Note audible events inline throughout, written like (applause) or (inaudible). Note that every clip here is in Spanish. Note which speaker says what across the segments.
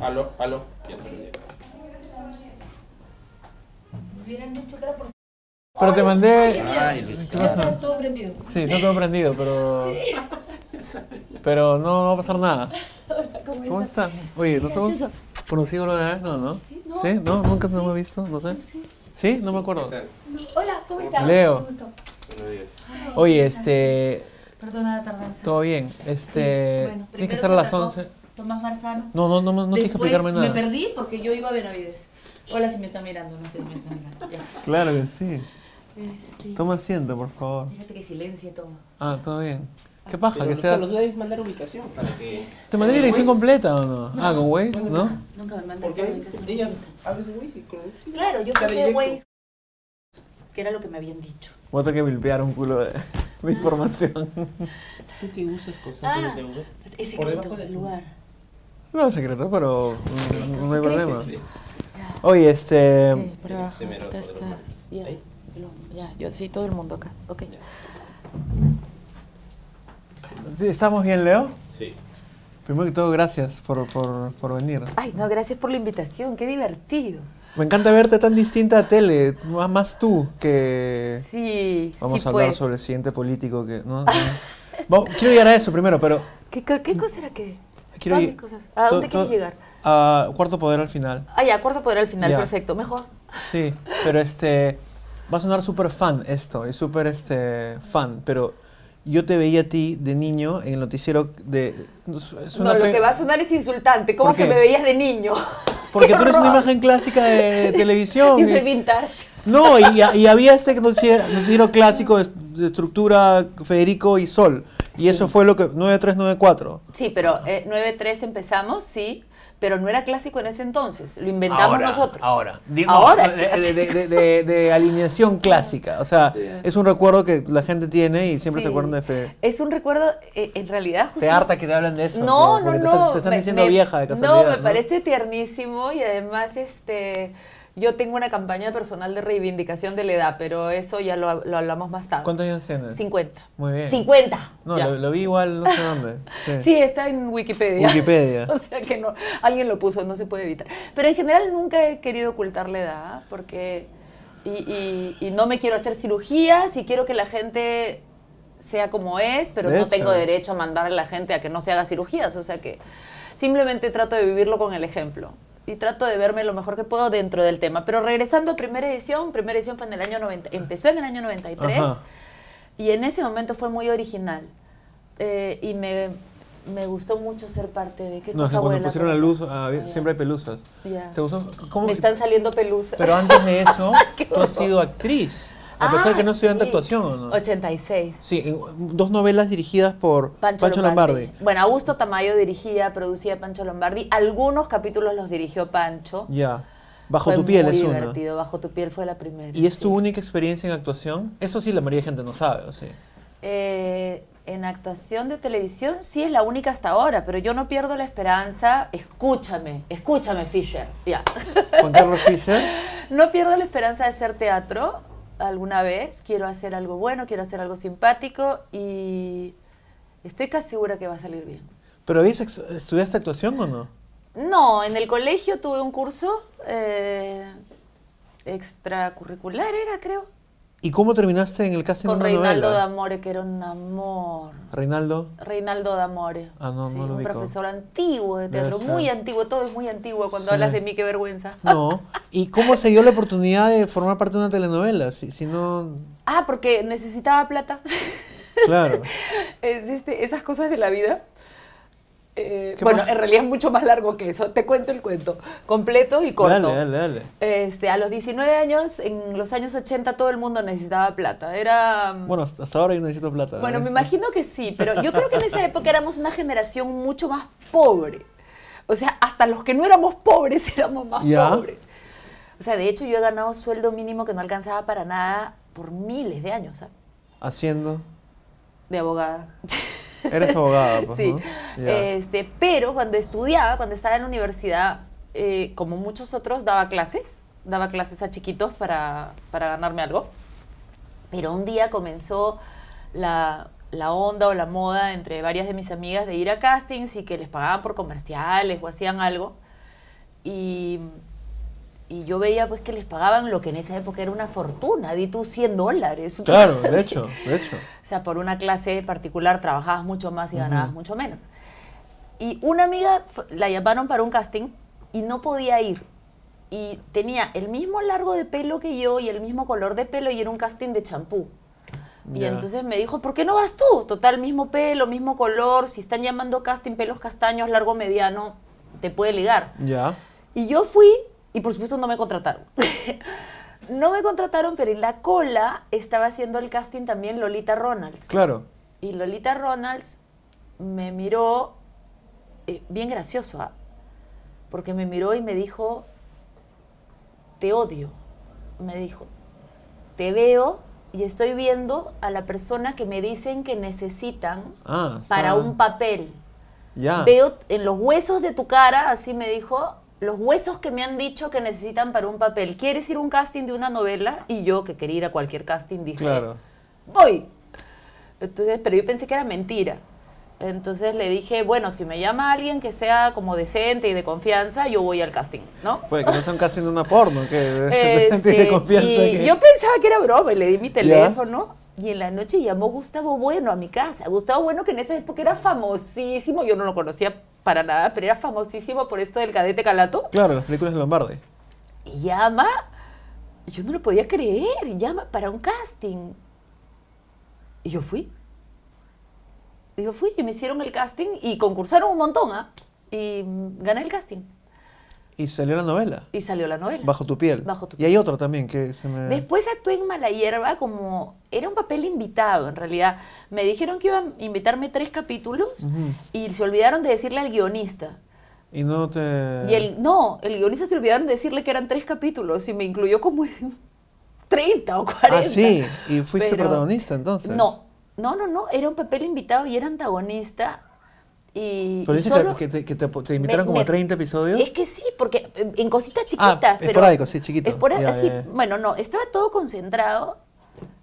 Speaker 1: Aló, aló. Ya te lo dije.
Speaker 2: Me hubieran dicho que era por...
Speaker 3: Pero te
Speaker 2: Qué
Speaker 3: mandé.
Speaker 2: miedo.
Speaker 4: Ay, Luis,
Speaker 2: Ya está todo prendido. (laughs)
Speaker 3: Sí, está todo prendido, pero. Pero no, no va a pasar nada.
Speaker 2: Hola,
Speaker 3: ¿Cómo
Speaker 2: ¿cómo estás?
Speaker 3: está? Oye, ¿nos
Speaker 2: ¿Qué
Speaker 3: hemos
Speaker 2: gracioso.
Speaker 3: conocido alguna vez? No, ¿no?
Speaker 2: Sí, no.
Speaker 3: ¿Sí? ¿No? ¿Nunca nos hemos visto? No sé.
Speaker 2: Sí.
Speaker 3: ¿Sí? No me acuerdo.
Speaker 1: ¿Qué tal?
Speaker 2: No, Hola, ¿cómo estás?
Speaker 3: Oh, Leo.
Speaker 2: Un gusto.
Speaker 1: Buenos días.
Speaker 3: Oye, este.
Speaker 2: Perdona la tardanza.
Speaker 3: Todo bien. Este.
Speaker 2: Bueno,
Speaker 3: tienes que
Speaker 2: primero
Speaker 3: estar a las
Speaker 2: se atacó
Speaker 3: 11.
Speaker 2: Tomás Marzano.
Speaker 3: No, no, no, no tienes que
Speaker 2: Después
Speaker 3: explicarme nada.
Speaker 2: Me perdí porque yo iba a Benavides. Hola si me están mirando, no sé si me están mirando. Ya.
Speaker 3: Claro que sí.
Speaker 2: Este,
Speaker 3: Toma asiento, por favor.
Speaker 2: fíjate que silencio todo.
Speaker 3: Ah, todo bien. ¿Qué paja
Speaker 1: Pero
Speaker 3: que
Speaker 1: los
Speaker 3: seas?
Speaker 1: los debes mandar ubicación para que.
Speaker 3: ¿Te mandé
Speaker 1: Con
Speaker 3: dirección
Speaker 1: Waze.
Speaker 3: completa o no? Ah, con Waze, ¿no?
Speaker 2: Nunca me mandaste la
Speaker 1: Porque
Speaker 2: ubicación.
Speaker 1: ella habla de Waze y con
Speaker 2: Claro, yo
Speaker 1: Está
Speaker 2: pensé
Speaker 1: directo.
Speaker 2: Waze, que era lo que me habían dicho.
Speaker 3: Voy a tener que milpear un culo de, de información.
Speaker 1: ¿Tú que usas constantemente
Speaker 2: Ah.
Speaker 1: Uber?
Speaker 2: Es
Speaker 1: Por
Speaker 2: secreto
Speaker 1: debajo del-
Speaker 2: el lugar.
Speaker 3: No es secreto, pero mm, no hay problema.
Speaker 1: Sí.
Speaker 3: Oye, este...
Speaker 2: Sí, por abajo.
Speaker 1: Em, Temeroso
Speaker 2: Acá
Speaker 1: de los
Speaker 2: está.
Speaker 1: malos.
Speaker 2: Ya,
Speaker 1: Ahí.
Speaker 2: Lo- ya, yo sí, todo el mundo acá. Ok.
Speaker 1: Ya.
Speaker 3: sí, ¿Estamos bien, Leo?
Speaker 1: Sí.
Speaker 3: Primero que todo, gracias por, por, por venir.
Speaker 2: Ay, no, gracias por la invitación, qué divertido.
Speaker 3: Me encanta verte tan distinta a Tele, más, más tú que...
Speaker 2: Sí,
Speaker 3: Vamos
Speaker 2: sí,
Speaker 3: a hablar
Speaker 2: pues.
Speaker 3: sobre el siguiente político que...
Speaker 2: (laughs)
Speaker 3: ¿no? Vamos, quiero llegar a eso primero, pero...
Speaker 2: ¿Qué, co- qué cosa era qué?
Speaker 3: Quiero
Speaker 2: Todas
Speaker 3: lle-
Speaker 2: mis cosas. ¿A dónde
Speaker 3: to-
Speaker 2: quieres
Speaker 3: to-
Speaker 2: llegar?
Speaker 3: A Cuarto Poder al final.
Speaker 2: Ah, ya, cuarto poder al final,
Speaker 3: Ya.
Speaker 2: perfecto, mejor.
Speaker 3: Sí, pero este. Va a sonar súper fan esto, es súper este, fan, pero yo te veía a ti de niño en el noticiero de. es una
Speaker 2: no, lo
Speaker 3: fe-
Speaker 2: que va a sonar es insultante. ¿Cómo
Speaker 3: ¿Por qué?
Speaker 2: que me veías de niño? (laughs)
Speaker 3: Porque
Speaker 2: ¡Qué
Speaker 3: tú eres una
Speaker 2: horror!
Speaker 3: imagen clásica de
Speaker 2: (laughs)
Speaker 3: televisión.
Speaker 2: Yo
Speaker 3: y-
Speaker 2: soy vintage.
Speaker 3: no, y, y había este noticiero, noticiero clásico de, de estructura Federico y Sol, y eso fue lo que. 9394.
Speaker 2: Sí, pero eh, 9-3 empezamos, sí, pero no era clásico en ese entonces. Lo inventamos nosotros.
Speaker 3: Ahora. Di- no,
Speaker 2: Ahora.
Speaker 3: De, de- de- de- de alineación clásica. O
Speaker 2: (laughs)
Speaker 3: sea, es un recuerdo que la gente tiene y siempre se
Speaker 2: Sí.
Speaker 3: acuerdan de Federico.
Speaker 2: Es un recuerdo, eh, en realidad,
Speaker 3: Te
Speaker 2: justo
Speaker 3: harta que te hablen de eso.
Speaker 2: No,
Speaker 3: porque te
Speaker 2: no, no.
Speaker 3: estás- te están
Speaker 2: me-
Speaker 3: diciendo
Speaker 2: me-
Speaker 3: vieja de
Speaker 2: No,
Speaker 3: casualidad.
Speaker 2: me parece tiernísimo y además este, yo tengo una campaña personal de reivindicación de la edad, pero eso ya lo, lo hablamos más tarde.
Speaker 3: ¿Cuántos años tienes?
Speaker 2: 50.
Speaker 3: Muy bien.
Speaker 2: 50.
Speaker 3: No,
Speaker 2: ya.
Speaker 3: lo, lo vi igual, no sé dónde. Sí.
Speaker 2: Sí, está en Wikipedia. (laughs)
Speaker 3: Wikipedia.
Speaker 2: o sea que no, alguien lo puso, no se puede evitar. Pero en general nunca he querido ocultar la edad, porque. Y, y- y no me quiero hacer cirugías y quiero que la gente sea como es, pero
Speaker 3: De
Speaker 2: no
Speaker 3: hecho.
Speaker 2: tengo derecho a mandar a la gente a que no se haga cirugías. O sea que simplemente trato de vivirlo con el ejemplo. Y trato de verme lo mejor que puedo dentro del tema. Pero regresando a primera edición, primera edición fue en el año 90, empezó en el año 93.
Speaker 3: Ajá.
Speaker 2: Y en ese momento fue muy original. Eh, y me, me gustó mucho ser parte de qué
Speaker 3: No, es que
Speaker 2: cosa
Speaker 3: cuando
Speaker 2: buena,
Speaker 3: pusieron la
Speaker 2: como-
Speaker 3: luz, ah, vi-
Speaker 2: Ah,
Speaker 3: siempre hay pelusas.
Speaker 2: ya.
Speaker 3: ¿Te gustó? ¿Cómo?
Speaker 2: Me están saliendo
Speaker 3: (laughs)
Speaker 2: pelusas.
Speaker 3: Pero antes de eso,
Speaker 2: (laughs) Qué
Speaker 3: tú has
Speaker 2: horror.
Speaker 3: sido actriz. A pesar
Speaker 2: Ah,
Speaker 3: que no estudiante
Speaker 2: sí.
Speaker 3: actuación, ¿o no?
Speaker 2: 86.
Speaker 3: Sí, en dos novelas dirigidas por Pancho, Lombardi.
Speaker 2: Bueno, Augusto Tamayo dirigía, producía Pancho Lombardi. Algunos capítulos los dirigió Pancho.
Speaker 3: Ya. Bajo
Speaker 2: Fue
Speaker 3: tu piel
Speaker 2: muy
Speaker 3: es una.
Speaker 2: divertido. Bajo tu piel fue la primera.
Speaker 3: ¿Y es tu
Speaker 2: sí.
Speaker 3: única experiencia en actuación? Eso sí la mayoría de gente no sabe, ¿o sí?
Speaker 2: Eh, en actuación de televisión sí es la única hasta ahora, pero yo no pierdo la esperanza. Escúchame, escúchame, Fisher. Ya.
Speaker 3: Juan
Speaker 2: (laughs)
Speaker 3: Carlos Fischer.
Speaker 2: No pierdo la esperanza de hacer teatro alguna vez. Quiero hacer algo bueno, quiero hacer algo simpático y estoy casi segura que va a salir bien.
Speaker 3: ¿Pero habías ex- estudiaste actuación o no?
Speaker 2: No, en el colegio tuve un curso eh, extracurricular, era creo,
Speaker 3: ¿Y cómo terminaste en el casting
Speaker 2: con
Speaker 3: de una
Speaker 2: Reinaldo
Speaker 3: novela?
Speaker 2: D'Amore, que era un amor.
Speaker 3: Reinaldo.
Speaker 2: Reinaldo D'Amore.
Speaker 3: Ah, no,
Speaker 2: Sí,
Speaker 3: no lo
Speaker 2: un
Speaker 3: ubico.
Speaker 2: profesor antiguo de teatro,
Speaker 3: ser.
Speaker 2: muy antiguo, todo es muy antiguo cuando
Speaker 3: Sí.
Speaker 2: hablas de mí, qué vergüenza.
Speaker 3: No. ¿Y cómo se dio la oportunidad de formar parte de una telenovela? Si, si no,
Speaker 2: Ah, porque necesitaba plata. (laughs)
Speaker 3: claro.
Speaker 2: es este, esas cosas de la vida. Eh,
Speaker 3: ¿Qué
Speaker 2: bueno,
Speaker 3: más?
Speaker 2: en realidad es mucho más largo que eso. Te cuento el cuento, completo y (laughs) corto.
Speaker 3: Dale, dale, dale.
Speaker 2: Este, a los 19 años, en los años 80, todo el mundo necesitaba plata. Era. Bueno,
Speaker 3: Bueno, hasta hasta ahora yo necesito plata. ¿eh?
Speaker 2: me imagino que sí, pero yo creo que en esa época éramos una generación mucho más pobre. O sea, hasta los que no éramos pobres (laughs) éramos más
Speaker 3: Ya.
Speaker 2: pobres. O sea, de hecho, yo he ganado sueldo mínimo que no alcanzaba para nada por miles de años, ¿sabes?
Speaker 3: Haciendo.
Speaker 2: De abogada.
Speaker 3: Eres abogada, pues,
Speaker 2: Sí.
Speaker 3: ¿no? (laughs) Ya.
Speaker 2: Este, pero cuando estudiaba, cuando estaba en la universidad, eh, como muchos otros, daba clases. Daba clases a chiquitos para, para ganarme algo. Pero un día comenzó la, la onda o la moda entre varias de mis amigas de ir a castings y que les pagaban por comerciales o hacían algo. Y, y yo veía pues que les pagaban lo que en esa época era una fortuna, di tú 100 dólares. una (laughs)
Speaker 3: Claro,
Speaker 2: cosa
Speaker 3: de
Speaker 2: así.
Speaker 3: hecho, de hecho.
Speaker 2: O sea, por una clase particular trabajabas mucho más y ganabas mucho menos. Y una amiga fu- la llamaron para un casting y no podía ir. Y tenía el mismo largo de pelo que yo y el mismo color de pelo y era un casting de champú. Y
Speaker 3: Ya.
Speaker 2: entonces me dijo, ¿por qué no vas tú? Total, mismo pelo, mismo color, si están llamando casting, pelos castaños, largo mediano, te puede ligar.
Speaker 3: Ya.
Speaker 2: Y yo fui y por supuesto no me contrataron. (laughs) no me contrataron, pero en la cola estaba haciendo el casting también Lolita Ronalds.
Speaker 3: Claro.
Speaker 2: Y Lolita Ronalds me miró, eh, bien gracioso, ah, porque me miró y me dijo, te odio. Me dijo, te veo y estoy viendo a la persona que me dicen que necesitan
Speaker 3: Ah, está-
Speaker 2: para un papel.
Speaker 3: Ya.
Speaker 2: Veo en los huesos de tu cara, así me dijo, los huesos que me han dicho que necesitan para un papel. ¿Quieres ir a un casting de una novela? Y yo, que quería ir a cualquier casting, dije,
Speaker 3: Claro.
Speaker 2: voy. Entonces, pero yo pensé que era mentira. Entonces le dije, bueno, si me llama alguien que sea como decente y de confianza, yo voy al casting, ¿no?
Speaker 3: Puede que no están casi en una
Speaker 2: (laughs)
Speaker 3: porno, que (laughs)
Speaker 2: Este,
Speaker 3: tiene confianza.
Speaker 2: y
Speaker 3: que-
Speaker 2: Yo pensaba que era broma y le di mi teléfono. Y en la noche llamó Gustavo Bueno a mi casa. Gustavo Bueno, que en esa época era famosísimo, yo no lo conocía para nada, pero era famosísimo por esto del cadete Calato.
Speaker 3: Claro, las películas de Lombardi.
Speaker 2: Y llama, y yo no lo podía creer, y llama para un casting. Y yo fui. Y yo fui, y me hicieron el casting, y concursaron un montón, ¿ah? Y mm, gané el casting.
Speaker 3: Y salió la novela.
Speaker 2: Y salió la novela.
Speaker 3: Bajo tu piel.
Speaker 2: Bajo tu
Speaker 3: Y hay otro también que se me.
Speaker 2: Después actué en Mala Hierba como... Era un papel invitado, en realidad. Me dijeron que iban a invitarme tres capítulos
Speaker 3: Ujú.
Speaker 2: y se olvidaron de decirle al guionista.
Speaker 3: Y no te.
Speaker 2: Y el... No, el guionista se olvidaron de decirle que eran tres capítulos y me incluyó como en 30 o 40.
Speaker 3: Ah, sí. Y fuiste
Speaker 2: Pero-
Speaker 3: protagonista entonces.
Speaker 2: No, no, no, no. Era un papel invitado y era antagonista. Y,
Speaker 3: Pero
Speaker 2: y
Speaker 3: dices
Speaker 2: solo-
Speaker 3: que, que te, que te- te invitaron
Speaker 2: me-
Speaker 3: como a
Speaker 2: me-
Speaker 3: 30 episodios.
Speaker 2: Es que sí, porque eh, en cositas chiquitas. pero
Speaker 3: Ah, esporádico, sí, chiquito.
Speaker 2: espora-
Speaker 3: Ya,
Speaker 2: sí,
Speaker 3: ya, ya.
Speaker 2: Bueno, no, estaba todo concentrado.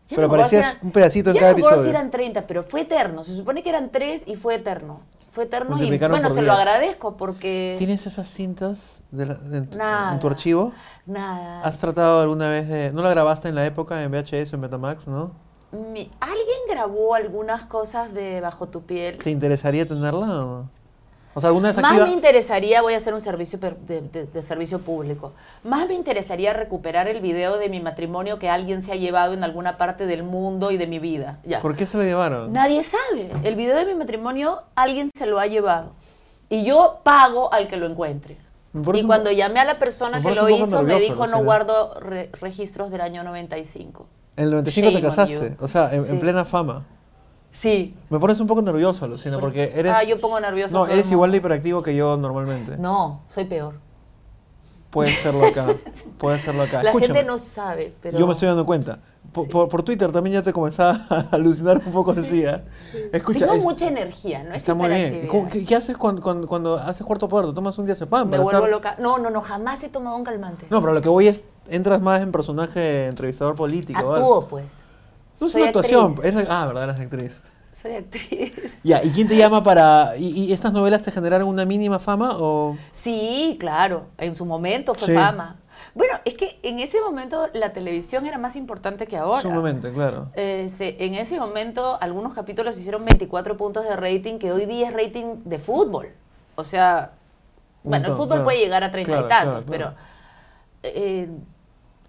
Speaker 2: Ya
Speaker 3: Pero
Speaker 2: no me acuerdo si
Speaker 3: aparecías
Speaker 2: eran-
Speaker 3: un pedacito en
Speaker 2: ya
Speaker 3: cada
Speaker 2: no me acuerdo si
Speaker 3: episodio.
Speaker 2: eran 30, pero fue eterno. Se supone que eran 3 y fue eterno. Fue eterno y
Speaker 3: Multiplicaron
Speaker 2: bueno,
Speaker 3: por
Speaker 2: se lo
Speaker 3: 10.
Speaker 2: agradezco porque
Speaker 3: ¿Tienes esas cintas de la- en, tu-
Speaker 2: Nada.
Speaker 3: en tu archivo?
Speaker 2: nada.
Speaker 3: ¿Has tratado alguna vez de.? ¿No la grabaste en la época en VHS o en Betamax, no?
Speaker 2: mi- alguien grabó algunas cosas de Bajo tu piel.
Speaker 3: ¿Te interesaría tenerla o no? O sea, alguna vez
Speaker 2: Más
Speaker 3: activa.
Speaker 2: me interesaría, voy a hacer un servicio per- de, de- de servicio público, más me interesaría recuperar el video de mi matrimonio que alguien se ha llevado en alguna parte del mundo y de mi vida. Ya.
Speaker 3: ¿Por qué se la llevaron?
Speaker 2: Nadie sabe. El video de mi matrimonio alguien se lo ha llevado. Y yo pago al que lo encuentre.
Speaker 3: Me parece
Speaker 2: Y
Speaker 3: un
Speaker 2: cuando
Speaker 3: po-
Speaker 2: llamé a la
Speaker 3: me
Speaker 2: persona que
Speaker 3: parece
Speaker 2: lo
Speaker 3: un poco
Speaker 2: hizo, me
Speaker 3: nervioso,
Speaker 2: dijo no
Speaker 3: Lucila".
Speaker 2: guardo re- registros del año 95.
Speaker 3: En el 95 te
Speaker 2: Shame on
Speaker 3: casaste,
Speaker 2: you.
Speaker 3: o sea, en, en
Speaker 2: Sí.
Speaker 3: plena fama.
Speaker 2: Sí.
Speaker 3: Me pones un poco nervioso, Lucina, porque eres.
Speaker 2: Ah, yo pongo nervioso a
Speaker 3: No,
Speaker 2: todo el
Speaker 3: eres igual de
Speaker 2: mundo.
Speaker 3: hiperactivo que yo normalmente.
Speaker 2: No, soy peor.
Speaker 3: Puede serlo acá.
Speaker 2: (laughs)
Speaker 3: Puede serlo acá.
Speaker 2: La
Speaker 3: Escúchame.
Speaker 2: gente no sabe, pero...
Speaker 3: Yo me estoy dando cuenta. Por, por- por Twitter también ya te comenzaba (laughs) a alucinar un poco, Cecilia. Escucha,
Speaker 2: Tengo
Speaker 3: es-
Speaker 2: mucha energía, ¿no? Es
Speaker 3: está muy bien.
Speaker 2: hiperactividad.
Speaker 3: ¿Cómo- ¿Qué, qué haces cuando, cuando, cuando haces cuarto poder? ¿Te tomas un día cepam?
Speaker 2: Me vuelvo loca. No, no, no, jamás he tomado un calmante.
Speaker 3: No, pero lo que voy es, entras más en personaje entrevistador político. ¿vale?
Speaker 2: Actúo, pues.
Speaker 3: No es
Speaker 2: Soy
Speaker 3: una actuación.
Speaker 2: actriz.
Speaker 3: es- ah, verdad, eres actriz.
Speaker 2: Soy actriz. (laughs)
Speaker 3: Ya, ¿y quién te llama para...? ¿Y, y estas novelas te generaron una mínima fama o...?
Speaker 2: Sí, claro, en su momento fue
Speaker 3: Sí.
Speaker 2: fama. Bueno, es que en ese momento la televisión era más importante que ahora.
Speaker 3: Sumamente, claro.
Speaker 2: Este, en ese momento algunos capítulos hicieron 24 puntos de rating, que hoy día es rating de fútbol. O sea,
Speaker 3: Un
Speaker 2: bueno, el
Speaker 3: montón,
Speaker 2: fútbol
Speaker 3: claro.
Speaker 2: puede llegar a 30
Speaker 3: Claro,
Speaker 2: y tantos,
Speaker 3: claro, claro.
Speaker 2: pero eh,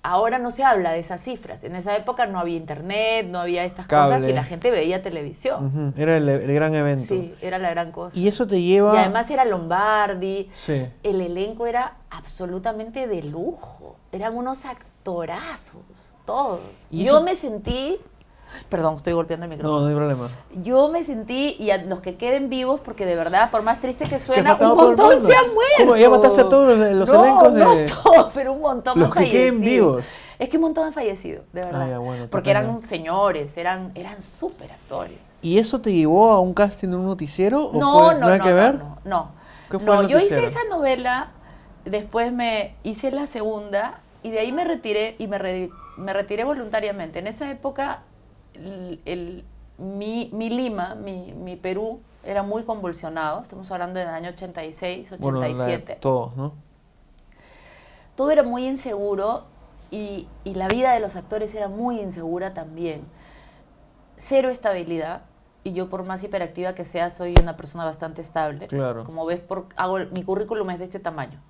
Speaker 2: ahora no se habla de esas cifras. En esa época no había internet, no había estas cosas
Speaker 3: Cable.
Speaker 2: y la gente veía televisión.
Speaker 3: Ujú, Era el, el gran evento.
Speaker 2: Sí, era la gran cosa.
Speaker 3: Y eso te lleva...
Speaker 2: Y además era Lombardi.
Speaker 3: Sí.
Speaker 2: El elenco era absolutamente de lujo. Eran unos actorazos, todos.
Speaker 3: Y
Speaker 2: Yo
Speaker 3: eso-
Speaker 2: me sentí. Perdón, estoy golpeando el micrófono.
Speaker 3: No, no hay problema.
Speaker 2: Yo me sentí, y a los que queden vivos, porque de verdad, por más triste que suena,
Speaker 3: matado
Speaker 2: un
Speaker 3: todo el
Speaker 2: montón
Speaker 3: mundo.
Speaker 2: se han muerto.
Speaker 3: ¿Cómo? Ya mataste a todos los- los
Speaker 2: No,
Speaker 3: elencos de-
Speaker 2: No, todos, pero un montón
Speaker 3: Los
Speaker 2: han
Speaker 3: que queden
Speaker 2: fallecido.
Speaker 3: vivos. Ah,
Speaker 2: Es que un montón han fallecido, de verdad.
Speaker 3: ya, bueno, qué
Speaker 2: porque eran
Speaker 3: pena.
Speaker 2: señores, eran, eran súper actores.
Speaker 3: ¿Y eso te llevó a un casting en un noticiero? ¿O
Speaker 2: No,
Speaker 3: fue,
Speaker 2: no,
Speaker 3: nada
Speaker 2: no,
Speaker 3: que
Speaker 2: no,
Speaker 3: ver?
Speaker 2: no, no.
Speaker 3: ¿Qué fue
Speaker 2: No,
Speaker 3: el
Speaker 2: yo hice
Speaker 3: noticiero?
Speaker 2: esa novela, después me hice la segunda y de ahí me retiré y me, re- me retiré voluntariamente. En esa época el, el- mi, mi Lima, mi, mi Perú era muy convulsionado, estamos hablando del año 86,
Speaker 3: Bueno, la de
Speaker 2: 87.
Speaker 3: todos, ¿no?
Speaker 2: todo era muy inseguro y, y la vida de los actores era muy insegura también. Cero estabilidad. Y yo, por más hiperactiva que sea, soy una persona bastante estable.
Speaker 3: Claro.
Speaker 2: Como ves, por, hago, mi currículum es de este tamaño.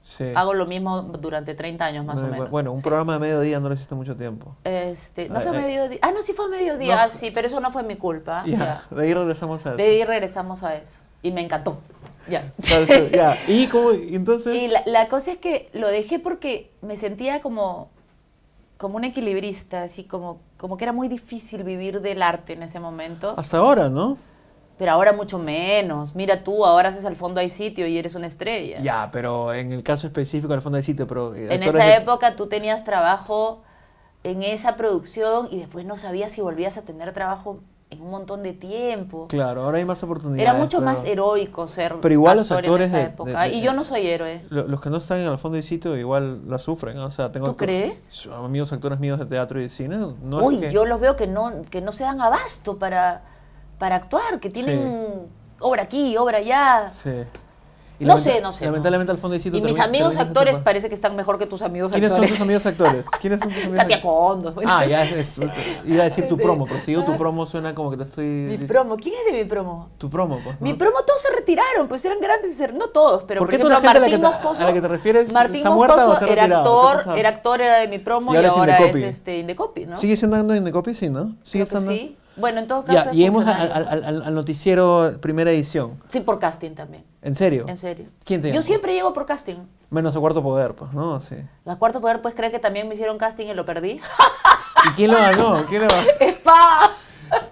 Speaker 3: Sí.
Speaker 2: Hago lo mismo durante 30 años más
Speaker 3: No,
Speaker 2: o menos.
Speaker 3: Bueno, un programa de mediodía no lo hiciste mucho tiempo.
Speaker 2: Este, no fue
Speaker 3: Ah, eh.
Speaker 2: mediodía. Ah, no, sí fue mediodía.
Speaker 3: No.
Speaker 2: Ah, sí, pero eso no fue mi culpa.
Speaker 3: Ya,
Speaker 2: Ah, Ya.
Speaker 3: de ahí regresamos (laughs) a
Speaker 2: De
Speaker 3: eso.
Speaker 2: ahí regresamos a eso. Y me encantó. Ya.
Speaker 3: Salsa, ya. Y como, entonces...
Speaker 2: Y la, la cosa es que lo dejé porque me sentía como, como un equilibrista, así como, como que era muy difícil vivir del arte en ese momento.
Speaker 3: Hasta ahora, ¿no?
Speaker 2: Pero ahora mucho menos. Mira tú, ahora haces al fondo hay sitio y eres una estrella.
Speaker 3: Ya, pero en el caso específico, al fondo del sitio, pero... eh,
Speaker 2: En
Speaker 3: actores
Speaker 2: esa
Speaker 3: de-
Speaker 2: época tú tenías trabajo en esa producción y después no sabías si volvías a tener trabajo en un montón de tiempo.
Speaker 3: Claro, ahora hay más oportunidades.
Speaker 2: Era mucho
Speaker 3: pero
Speaker 2: más heroico ser
Speaker 3: pero igual los
Speaker 2: actor
Speaker 3: actores
Speaker 2: en esa
Speaker 3: de-
Speaker 2: época.
Speaker 3: de- de-
Speaker 2: y yo no soy héroe.
Speaker 3: lo- Los que no están en el fondo del sitio igual la sufren, ¿no? o sea, tengo...
Speaker 2: ¿Tú crees?
Speaker 3: Amigos actores míos de teatro y de cine, no
Speaker 2: Uy,
Speaker 3: es que...
Speaker 2: yo los veo que no, que no se dan abasto para, para actuar, que tienen obra aquí, obra allá.
Speaker 3: Sí.
Speaker 2: No
Speaker 3: lamenta-
Speaker 2: sé, no sé, no.
Speaker 3: Lamentablemente al fondo del sitio...
Speaker 2: Y mis
Speaker 3: termina-
Speaker 2: amigos
Speaker 3: termina
Speaker 2: actores
Speaker 3: ocupado.
Speaker 2: parece que están mejor que tus amigos
Speaker 3: ¿Quiénes son
Speaker 2: actores.
Speaker 3: tus
Speaker 2: (laughs)
Speaker 3: amigos actores? ¿Quiénes son tus amigos
Speaker 2: Katia
Speaker 3: actores?
Speaker 2: Condo.
Speaker 3: Ah, ya es, es- iba a decir tu promo, pero si digo tu promo suena como que te estoy...
Speaker 2: (laughs) Ah. Mi
Speaker 3: dic-
Speaker 2: promo. ¿Quién es de mi promo?
Speaker 3: Tu promo, pues. ¿no?
Speaker 2: Mi promo todos se retiraron, pues eran grandes, ser- no todos, pero
Speaker 3: ¿Por
Speaker 2: por,
Speaker 3: qué toda
Speaker 2: ejemplo
Speaker 3: la gente a la que
Speaker 2: Martín
Speaker 3: te-
Speaker 2: Moscoso,
Speaker 3: a la que te refieres
Speaker 2: Martín
Speaker 3: está muerta o
Speaker 2: Moscoso
Speaker 3: se ha
Speaker 2: era
Speaker 3: retirado? ¿Qué
Speaker 2: actor,
Speaker 3: pasa?
Speaker 2: era actor, era de mi promo
Speaker 3: Y
Speaker 2: y
Speaker 3: ahora
Speaker 2: ahora,
Speaker 3: es
Speaker 2: es,
Speaker 3: Indecopi.
Speaker 2: este Indecopi, ¿no?
Speaker 3: ¿Sigue andando en Necopis? Sí, ¿no? ¿Sigue
Speaker 2: Creo que
Speaker 3: estando?
Speaker 2: sí. Bueno, en todo caso
Speaker 3: Ya,
Speaker 2: es
Speaker 3: y hemos al,
Speaker 2: funcionario.
Speaker 3: al- al- al noticiero primera edición.
Speaker 2: Fui por casting también,
Speaker 3: ¿En serio?
Speaker 2: en serio.
Speaker 3: ¿Quién te
Speaker 2: Yo
Speaker 3: llamó?
Speaker 2: siempre llego por casting.
Speaker 3: Menos a Cuarto Poder, pues, ¿no? Sí.
Speaker 2: La Cuarto Poder, pues creer que también me hicieron casting y lo perdí. (laughs)
Speaker 3: ¿Y quién lo ganó? ¿Quién lo ganó?
Speaker 2: ¡Spa!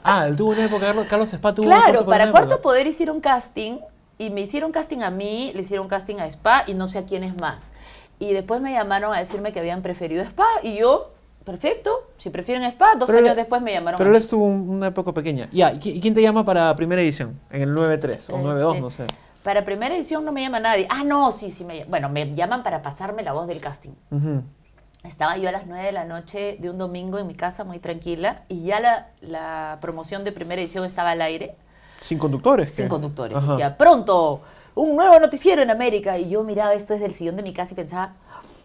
Speaker 3: Ah, él tuvo una época, Carlos, Carlos Spa tuvo un
Speaker 2: Claro, para
Speaker 3: una
Speaker 2: Cuarto
Speaker 3: época.
Speaker 2: Poder hicieron casting y me hicieron casting a mí, le hicieron casting a Spa y no sé a quiénes más. Y después me llamaron a decirme que habían preferido Spa y yo, perfecto, si prefieren Spa, dos
Speaker 3: Pero
Speaker 2: años
Speaker 3: él-
Speaker 2: después me llamaron.
Speaker 3: Pero
Speaker 2: a
Speaker 3: él
Speaker 2: mí.
Speaker 3: estuvo un- una época pequeña. Ya, ¿y qui- y quién te llama para primera edición? En el 9-3 o 9-2,
Speaker 2: Este,
Speaker 3: no sé.
Speaker 2: Para primera edición no me llama nadie. Ah, no, sí, sí me llaman. Bueno, me llaman para pasarme la voz del casting.
Speaker 3: Ujú.
Speaker 2: Estaba yo a las 9 de la noche de un domingo en mi casa muy tranquila y ya la, la promoción de primera edición estaba al aire.
Speaker 3: Sin conductores. ¿qué?
Speaker 2: sin conductores.
Speaker 3: Ajá.
Speaker 2: Decía, pronto, un nuevo noticiero en América. Y yo miraba esto desde el sillón de mi casa y pensaba,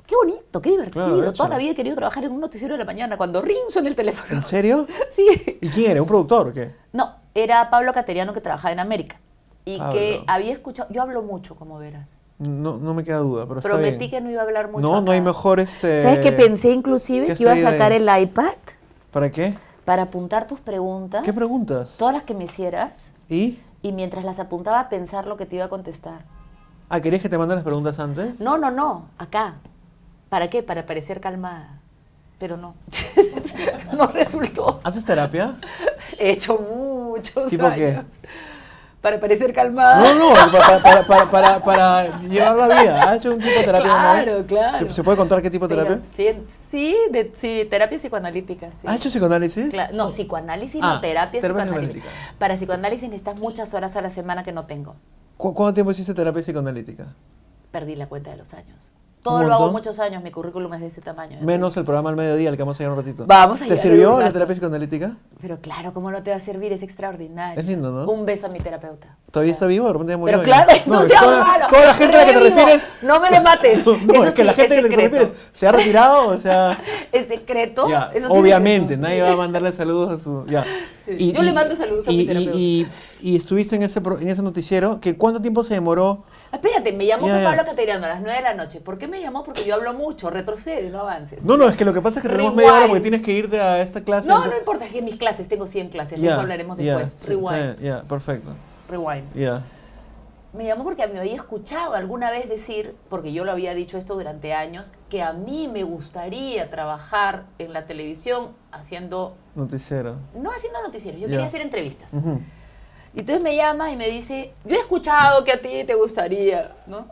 Speaker 2: qué bonito, qué divertido.
Speaker 3: Claro, de hecho.
Speaker 2: Toda la vida he querido trabajar en un noticiero de la mañana cuando ring suena el teléfono.
Speaker 3: ¿En serio?
Speaker 2: (laughs) sí.
Speaker 3: ¿Y quién era? ¿Un productor o qué?
Speaker 2: No, era Pablo Cateriano que trabajaba en América. Y
Speaker 3: Pablo.
Speaker 2: que había escuchado, yo hablo mucho, como verás.
Speaker 3: No, no me queda duda, pero está
Speaker 2: Prometí
Speaker 3: bien.
Speaker 2: que no iba a hablar mucho.
Speaker 3: No, no
Speaker 2: acá.
Speaker 3: hay mejor este...
Speaker 2: ¿Sabes qué pensé inclusive?
Speaker 3: ¿qué
Speaker 2: Que iba a
Speaker 3: sería de-
Speaker 2: sacar el iPad
Speaker 3: ¿Para qué?
Speaker 2: para apuntar tus preguntas,
Speaker 3: ¿Qué preguntas?
Speaker 2: todas las que me hicieras,
Speaker 3: ¿Y?
Speaker 2: y mientras las apuntaba pensar lo que te iba a contestar.
Speaker 3: Ah, ¿querías que te mande las preguntas antes?
Speaker 2: No, no, no, acá. ¿Para qué? Para parecer calmada. Pero no. (laughs) no resultó.
Speaker 3: ¿Haces terapia?
Speaker 2: He hecho muchos
Speaker 3: ¿Tipo qué?
Speaker 2: años. Para parecer calmada.
Speaker 3: No, no, pa- pa- para, para, para, para llevar la vida. ¿Has hecho un tipo de terapia?
Speaker 2: Claro,
Speaker 3: no?
Speaker 2: claro.
Speaker 3: ¿Se, se puede contar qué tipo de
Speaker 2: Pero
Speaker 3: terapia?
Speaker 2: sí, sí, de- sí, terapia psicoanalítica, sí.
Speaker 3: ¿Has hecho psicoanálisis?
Speaker 2: Cla- no, psicoanálisis,
Speaker 3: Ah,
Speaker 2: no, terapia,
Speaker 3: terapia
Speaker 2: psicoanalítica.
Speaker 3: psicoanalítica.
Speaker 2: Para psicoanálisis necesitas muchas horas a la semana que no tengo.
Speaker 3: ¿Cu- ¿Cuánto tiempo hiciste terapia psicoanalítica?
Speaker 2: Perdí la cuenta de los años.
Speaker 3: Un
Speaker 2: Todo lo hago
Speaker 3: montón.
Speaker 2: muchos años, mi currículum es de ese tamaño.
Speaker 3: Menos el programa al mediodía, al que vamos a llegar un ratito.
Speaker 2: Vamos a
Speaker 3: ¿Te
Speaker 2: llegar
Speaker 3: sirvió
Speaker 2: un
Speaker 3: la
Speaker 2: rato.
Speaker 3: terapia psicoanalítica?
Speaker 2: Pero claro, ¿cómo no te va a servir? Es extraordinario.
Speaker 3: Es lindo, ¿no?
Speaker 2: Un beso a mi terapeuta.
Speaker 3: ¿Todavía está vivo? ¿De repente ya murió?
Speaker 2: Pero claro, (laughs) no,
Speaker 3: es
Speaker 2: seas
Speaker 3: toda,
Speaker 2: malo.
Speaker 3: toda la gente a la que te
Speaker 2: Revivo.
Speaker 3: refieres...
Speaker 2: No me le mates.
Speaker 3: (laughs) No,
Speaker 2: Eso
Speaker 3: es que la
Speaker 2: sí,
Speaker 3: gente a
Speaker 2: es
Speaker 3: la que te
Speaker 2: secreto.
Speaker 3: refieres se ha retirado, o
Speaker 2: (laughs)
Speaker 3: sea...
Speaker 2: Es secreto.
Speaker 3: Ya,
Speaker 2: eso sí es
Speaker 3: obviamente,
Speaker 2: secreto.
Speaker 3: nadie va a mandarle saludos a su. Ya.
Speaker 2: Yo le mando saludos a mi
Speaker 3: y- y-
Speaker 2: terapeuta.
Speaker 3: Y, y estuviste en ese, pro- en ese noticiero, que ¿cuánto tiempo se demoró?
Speaker 2: Espérate, me llamó
Speaker 3: Ya,
Speaker 2: Juan
Speaker 3: ya.
Speaker 2: Pablo Cateriano a las 9 de la noche. ¿Por qué me llamó? Porque yo hablo mucho, retrocedes, no avances.
Speaker 3: No, no, es que lo que pasa es que tenemos
Speaker 2: Rewind.
Speaker 3: media hora porque tienes que irte a esta clase.
Speaker 2: No,
Speaker 3: ento-
Speaker 2: no importa, es que mis clases, tengo 100 clases, de
Speaker 3: Ya,
Speaker 2: eso hablaremos
Speaker 3: ya,
Speaker 2: después.
Speaker 3: sí,
Speaker 2: Rewind,
Speaker 3: sí, Ya, perfecto.
Speaker 2: rewind.
Speaker 3: Ya.
Speaker 2: Me llamó porque me había escuchado alguna vez decir, porque yo lo había dicho esto durante años, que a mí me gustaría trabajar en la televisión haciendo,
Speaker 3: Noticiero.
Speaker 2: no haciendo noticieros, yo
Speaker 3: Ya.
Speaker 2: quería hacer entrevistas.
Speaker 3: Ujú.
Speaker 2: Y entonces me llama y me dice, yo he escuchado que a ti te gustaría, ¿no?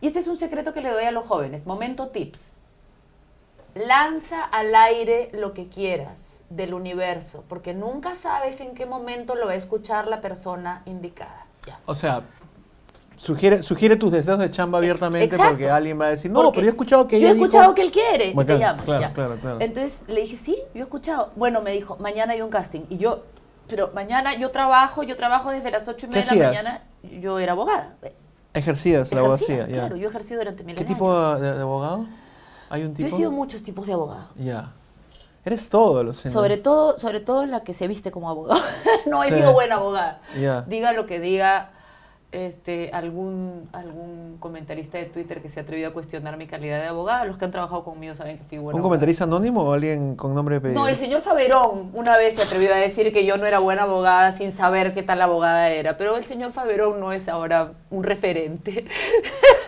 Speaker 2: Y este es un secreto que le doy a los jóvenes, momento tips. Lanza al aire lo que quieras del universo, porque nunca sabes en qué momento lo va a escuchar la persona indicada. Ya.
Speaker 3: O sea, sugiere, sugiere tus deseos de chamba abiertamente
Speaker 2: Exacto.
Speaker 3: porque alguien va a decir, no,
Speaker 2: Porque
Speaker 3: pero yo he escuchado que
Speaker 2: Yo
Speaker 3: ella
Speaker 2: he
Speaker 3: dijo-
Speaker 2: escuchado que él quiere, y
Speaker 3: Bacán,
Speaker 2: te llama.
Speaker 3: claro,
Speaker 2: ya.
Speaker 3: claro, claro.
Speaker 2: Entonces le dije, sí, yo he escuchado. Bueno, me dijo, mañana hay un casting. Y yo, pero mañana yo trabajo, yo trabajo desde las ocho y
Speaker 3: ¿Qué
Speaker 2: media de la
Speaker 3: hacías?
Speaker 2: mañana. Yo era abogada.
Speaker 3: Ejercías la
Speaker 2: Ejercía,
Speaker 3: abogacía, ya.
Speaker 2: Claro, yo ejercí durante mil
Speaker 3: ¿Qué
Speaker 2: años.
Speaker 3: tipo de, de- de abogado? ¿Hay un
Speaker 2: Yo
Speaker 3: tipo?
Speaker 2: he sido muchos tipos de abogado.
Speaker 3: Ya. Eres todo, lo siento.
Speaker 2: Sobre todo, sobre todo la que se viste como abogado. (laughs) no he
Speaker 3: Sí. Ah.
Speaker 2: sido buena abogada.
Speaker 3: Ya.
Speaker 2: Diga lo que diga este, algún, algún comentarista de Twitter que se ha atrevido a cuestionar mi calidad de abogada. Los que han trabajado conmigo saben que fui buena.
Speaker 3: ¿Un
Speaker 2: abogada.
Speaker 3: comentarista anónimo o alguien con nombre de pedido?
Speaker 2: No, el señor Faverón una vez se atrevió a decir que yo no era buena abogada sin saber qué tal abogada era, pero el señor Faverón no es ahora un referente.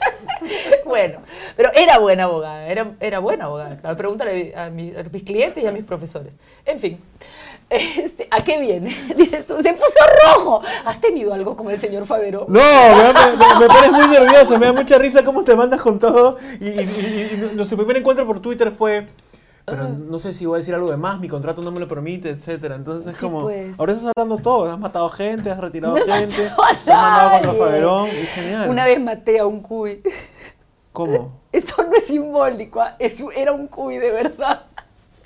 Speaker 2: (laughs) bueno, pero era buena abogada, era, era buena abogada. Claro, pregúntale a, mi- a mis clientes y a mis profesores. En fin, este, ¿a qué viene? (laughs) Dices tú, se puso rojo. ¿Has tenido algo con el señor Faverón?
Speaker 3: No, me, da- me- me- me pones muy nervioso, me da mucha risa cómo te mandas con todo. Y, y- y- y nuestro primer encuentro por Twitter fue,
Speaker 2: Ah.
Speaker 3: pero no sé si voy a decir algo de más, mi contrato no me lo permite, etcétera. Entonces es
Speaker 2: Sí,
Speaker 3: como,
Speaker 2: pues.
Speaker 3: ahora estás hablando todo, has matado gente, has retirado
Speaker 2: (laughs) No he
Speaker 3: gente,
Speaker 2: matado a
Speaker 3: te has mandado contra
Speaker 2: nadie.
Speaker 3: Faberón, y es genial.
Speaker 2: Una vez maté a un cuy.
Speaker 3: ¿Cómo?
Speaker 2: Esto no es simbólico, ¿ah? Es- era un cuy de verdad.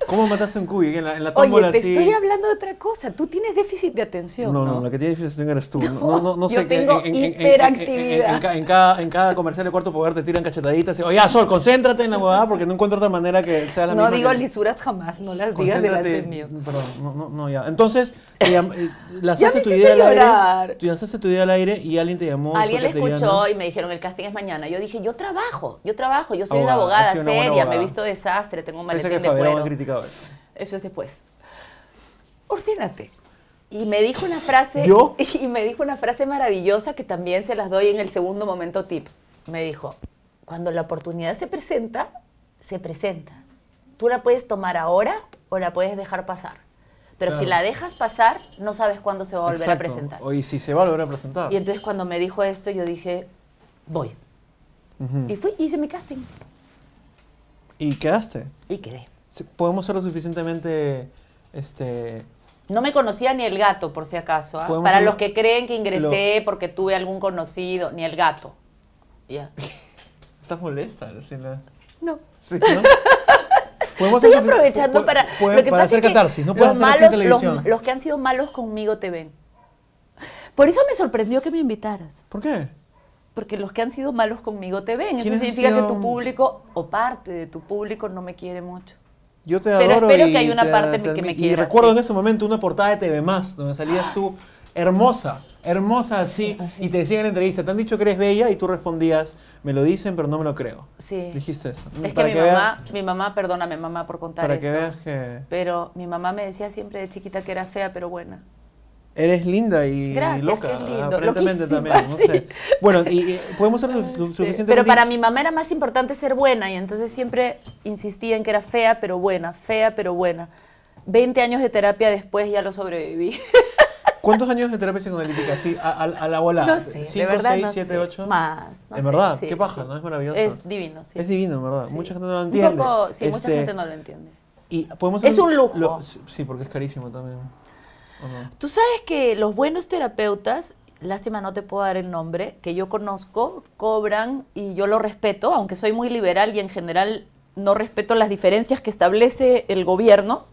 Speaker 3: ¿Cómo mataste a un cuy? En la, en la tómbola
Speaker 2: Oye, te
Speaker 3: así.
Speaker 2: estoy hablando de otra cosa. Tú tienes déficit de atención.
Speaker 3: No,
Speaker 2: No,
Speaker 3: no, la que tiene difícil eres tú. No, no, no, no
Speaker 2: yo
Speaker 3: sé qué-
Speaker 2: tengo hiperactividad.
Speaker 3: en ca- en cada, en cada comercial de cuarto poder te tiran cachetaditas. Y, Oye, ya, Sol, concéntrate en la abogada porque no encuentro otra manera que sea la
Speaker 2: No
Speaker 3: misma.
Speaker 2: digo
Speaker 3: que-
Speaker 2: lisuras jamás, no las digas
Speaker 3: Concéntrate.
Speaker 2: delante mío.
Speaker 3: Perdón, no, no, no, ya. Entonces, te llam-
Speaker 2: (laughs)
Speaker 3: eh, lanzaste
Speaker 2: me
Speaker 3: tu
Speaker 2: hiciste
Speaker 3: idea al aire.
Speaker 2: llorar.
Speaker 3: Tú lanzaste tu idea al aire y alguien te llamó.
Speaker 2: Alguien la
Speaker 3: Sol Cateriano.
Speaker 2: escuchó y me dijeron, el casting es mañana. Yo dije, yo trabajo, yo trabajo, yo soy una
Speaker 3: Abogada, has
Speaker 2: abogada
Speaker 3: sido una buena
Speaker 2: seria, me he
Speaker 3: abogada.
Speaker 2: visto desastre, tengo un
Speaker 3: Pensé
Speaker 2: maletín
Speaker 3: que
Speaker 2: de
Speaker 3: Fabián
Speaker 2: cuero.
Speaker 3: ha criticado eso.
Speaker 2: Eso es después. Ordénate. Y me dijo una frase.
Speaker 3: ¿Yo?
Speaker 2: (laughs) Y me dijo una frase maravillosa que también se las doy en el segundo momento tip. Me dijo: Cuando la oportunidad se presenta, se presenta. Tú la puedes tomar ahora o la puedes dejar pasar. Pero si
Speaker 3: Claro.
Speaker 2: la dejas pasar, no sabes cuándo se va a volver a
Speaker 3: Exacto.
Speaker 2: presentar.
Speaker 3: O, y si se va a volver a presentar.
Speaker 2: Y entonces cuando me dijo esto, yo dije: Voy.
Speaker 3: Ujú.
Speaker 2: Y fui, hice mi casting.
Speaker 3: Y quedaste.
Speaker 2: Y quedé.
Speaker 3: Sí, Podemos ser lo suficientemente. Este,
Speaker 2: No me conocía ni el gato, por si acaso. ¿ah?
Speaker 3: Podemos
Speaker 2: Para
Speaker 3: hablar-
Speaker 2: los que creen que ingresé porque tuve algún conocido, ni el gato. Ya.
Speaker 3: Estás molesta, Lucina. (laughs)
Speaker 2: No.
Speaker 3: Sí,
Speaker 2: (laughs)
Speaker 3: ¿no? Podemos
Speaker 2: Estoy
Speaker 3: hacer-
Speaker 2: aprovechando
Speaker 3: po-
Speaker 2: para.
Speaker 3: puede-
Speaker 2: lo que
Speaker 3: para
Speaker 2: pasa
Speaker 3: hacer
Speaker 2: es que
Speaker 3: catarsis, no
Speaker 2: los
Speaker 3: puedes hacer así en
Speaker 2: malos- los-
Speaker 3: televisión.
Speaker 2: Los, que han sido malos conmigo te ven. Por eso me sorprendió que me invitaras.
Speaker 3: ¿Por qué?
Speaker 2: Porque los que han sido malos conmigo te ven. Eso
Speaker 3: ¿Quiénes han
Speaker 2: significa que
Speaker 3: sido-
Speaker 2: tu público o parte de tu público no me quiere mucho.
Speaker 3: Yo te
Speaker 2: Pero
Speaker 3: adoro
Speaker 2: espero
Speaker 3: y
Speaker 2: que hay una
Speaker 3: te-
Speaker 2: parte
Speaker 3: te
Speaker 2: que me
Speaker 3: admi- Y
Speaker 2: quiera,
Speaker 3: recuerdo
Speaker 2: sí. Ah.
Speaker 3: en ese momento una portada de TV Más, donde salías tú hermosa, hermosa así, y te decían en la entrevista, te han dicho que eres bella, y tú respondías, me lo dicen, pero no me lo creo.
Speaker 2: Sí.
Speaker 3: Dijiste eso.
Speaker 2: Es que
Speaker 3: Mm, Para
Speaker 2: mi
Speaker 3: vea-
Speaker 2: mamá, mi mamá, perdóname, mamá, por contar
Speaker 3: Para
Speaker 2: esto.
Speaker 3: que veas que
Speaker 2: Pero mi mamá me decía siempre de chiquita que era fea, pero buena.
Speaker 3: eres linda y
Speaker 2: Gracias,
Speaker 3: loca,
Speaker 2: qué lindo,
Speaker 3: aparentemente
Speaker 2: loquísima,
Speaker 3: también, no
Speaker 2: sí.
Speaker 3: sé. Bueno,
Speaker 2: (laughs)
Speaker 3: y, y podemos ser lo, lo
Speaker 2: Sí,
Speaker 3: suficientemente...
Speaker 2: Pero para mi mamá era más importante ser buena y entonces siempre insistía en que era fea pero buena, fea pero buena. 20 años de terapia después ya lo sobreviví. (laughs)
Speaker 3: ¿Cuántos años de terapia psicoanalítica? Sí, a, a- a la bola.
Speaker 2: No sé, de verdad no
Speaker 3: 7,
Speaker 2: sé.
Speaker 3: 8?
Speaker 2: Más, no
Speaker 3: ¿En
Speaker 2: sé,
Speaker 3: verdad?
Speaker 2: sí,
Speaker 3: ¿Qué paja?
Speaker 2: sí.
Speaker 3: ¿No es maravilloso?
Speaker 2: Es divino, sí.
Speaker 3: Es divino, en verdad.
Speaker 2: Sí.
Speaker 3: Mucha gente no lo
Speaker 2: Un
Speaker 3: entiende.
Speaker 2: poco- sí, mucha
Speaker 3: Este,
Speaker 2: gente no lo entiende.
Speaker 3: Y podemos
Speaker 2: Es
Speaker 3: hacer-
Speaker 2: un lujo.
Speaker 3: lo- sí, porque es carísimo también. ¿o no?
Speaker 2: Tú sabes que los buenos terapeutas, lástima no te puedo dar el nombre, que yo conozco, cobran y yo lo respeto, aunque soy muy liberal y en general no respeto las diferencias que establece el gobierno,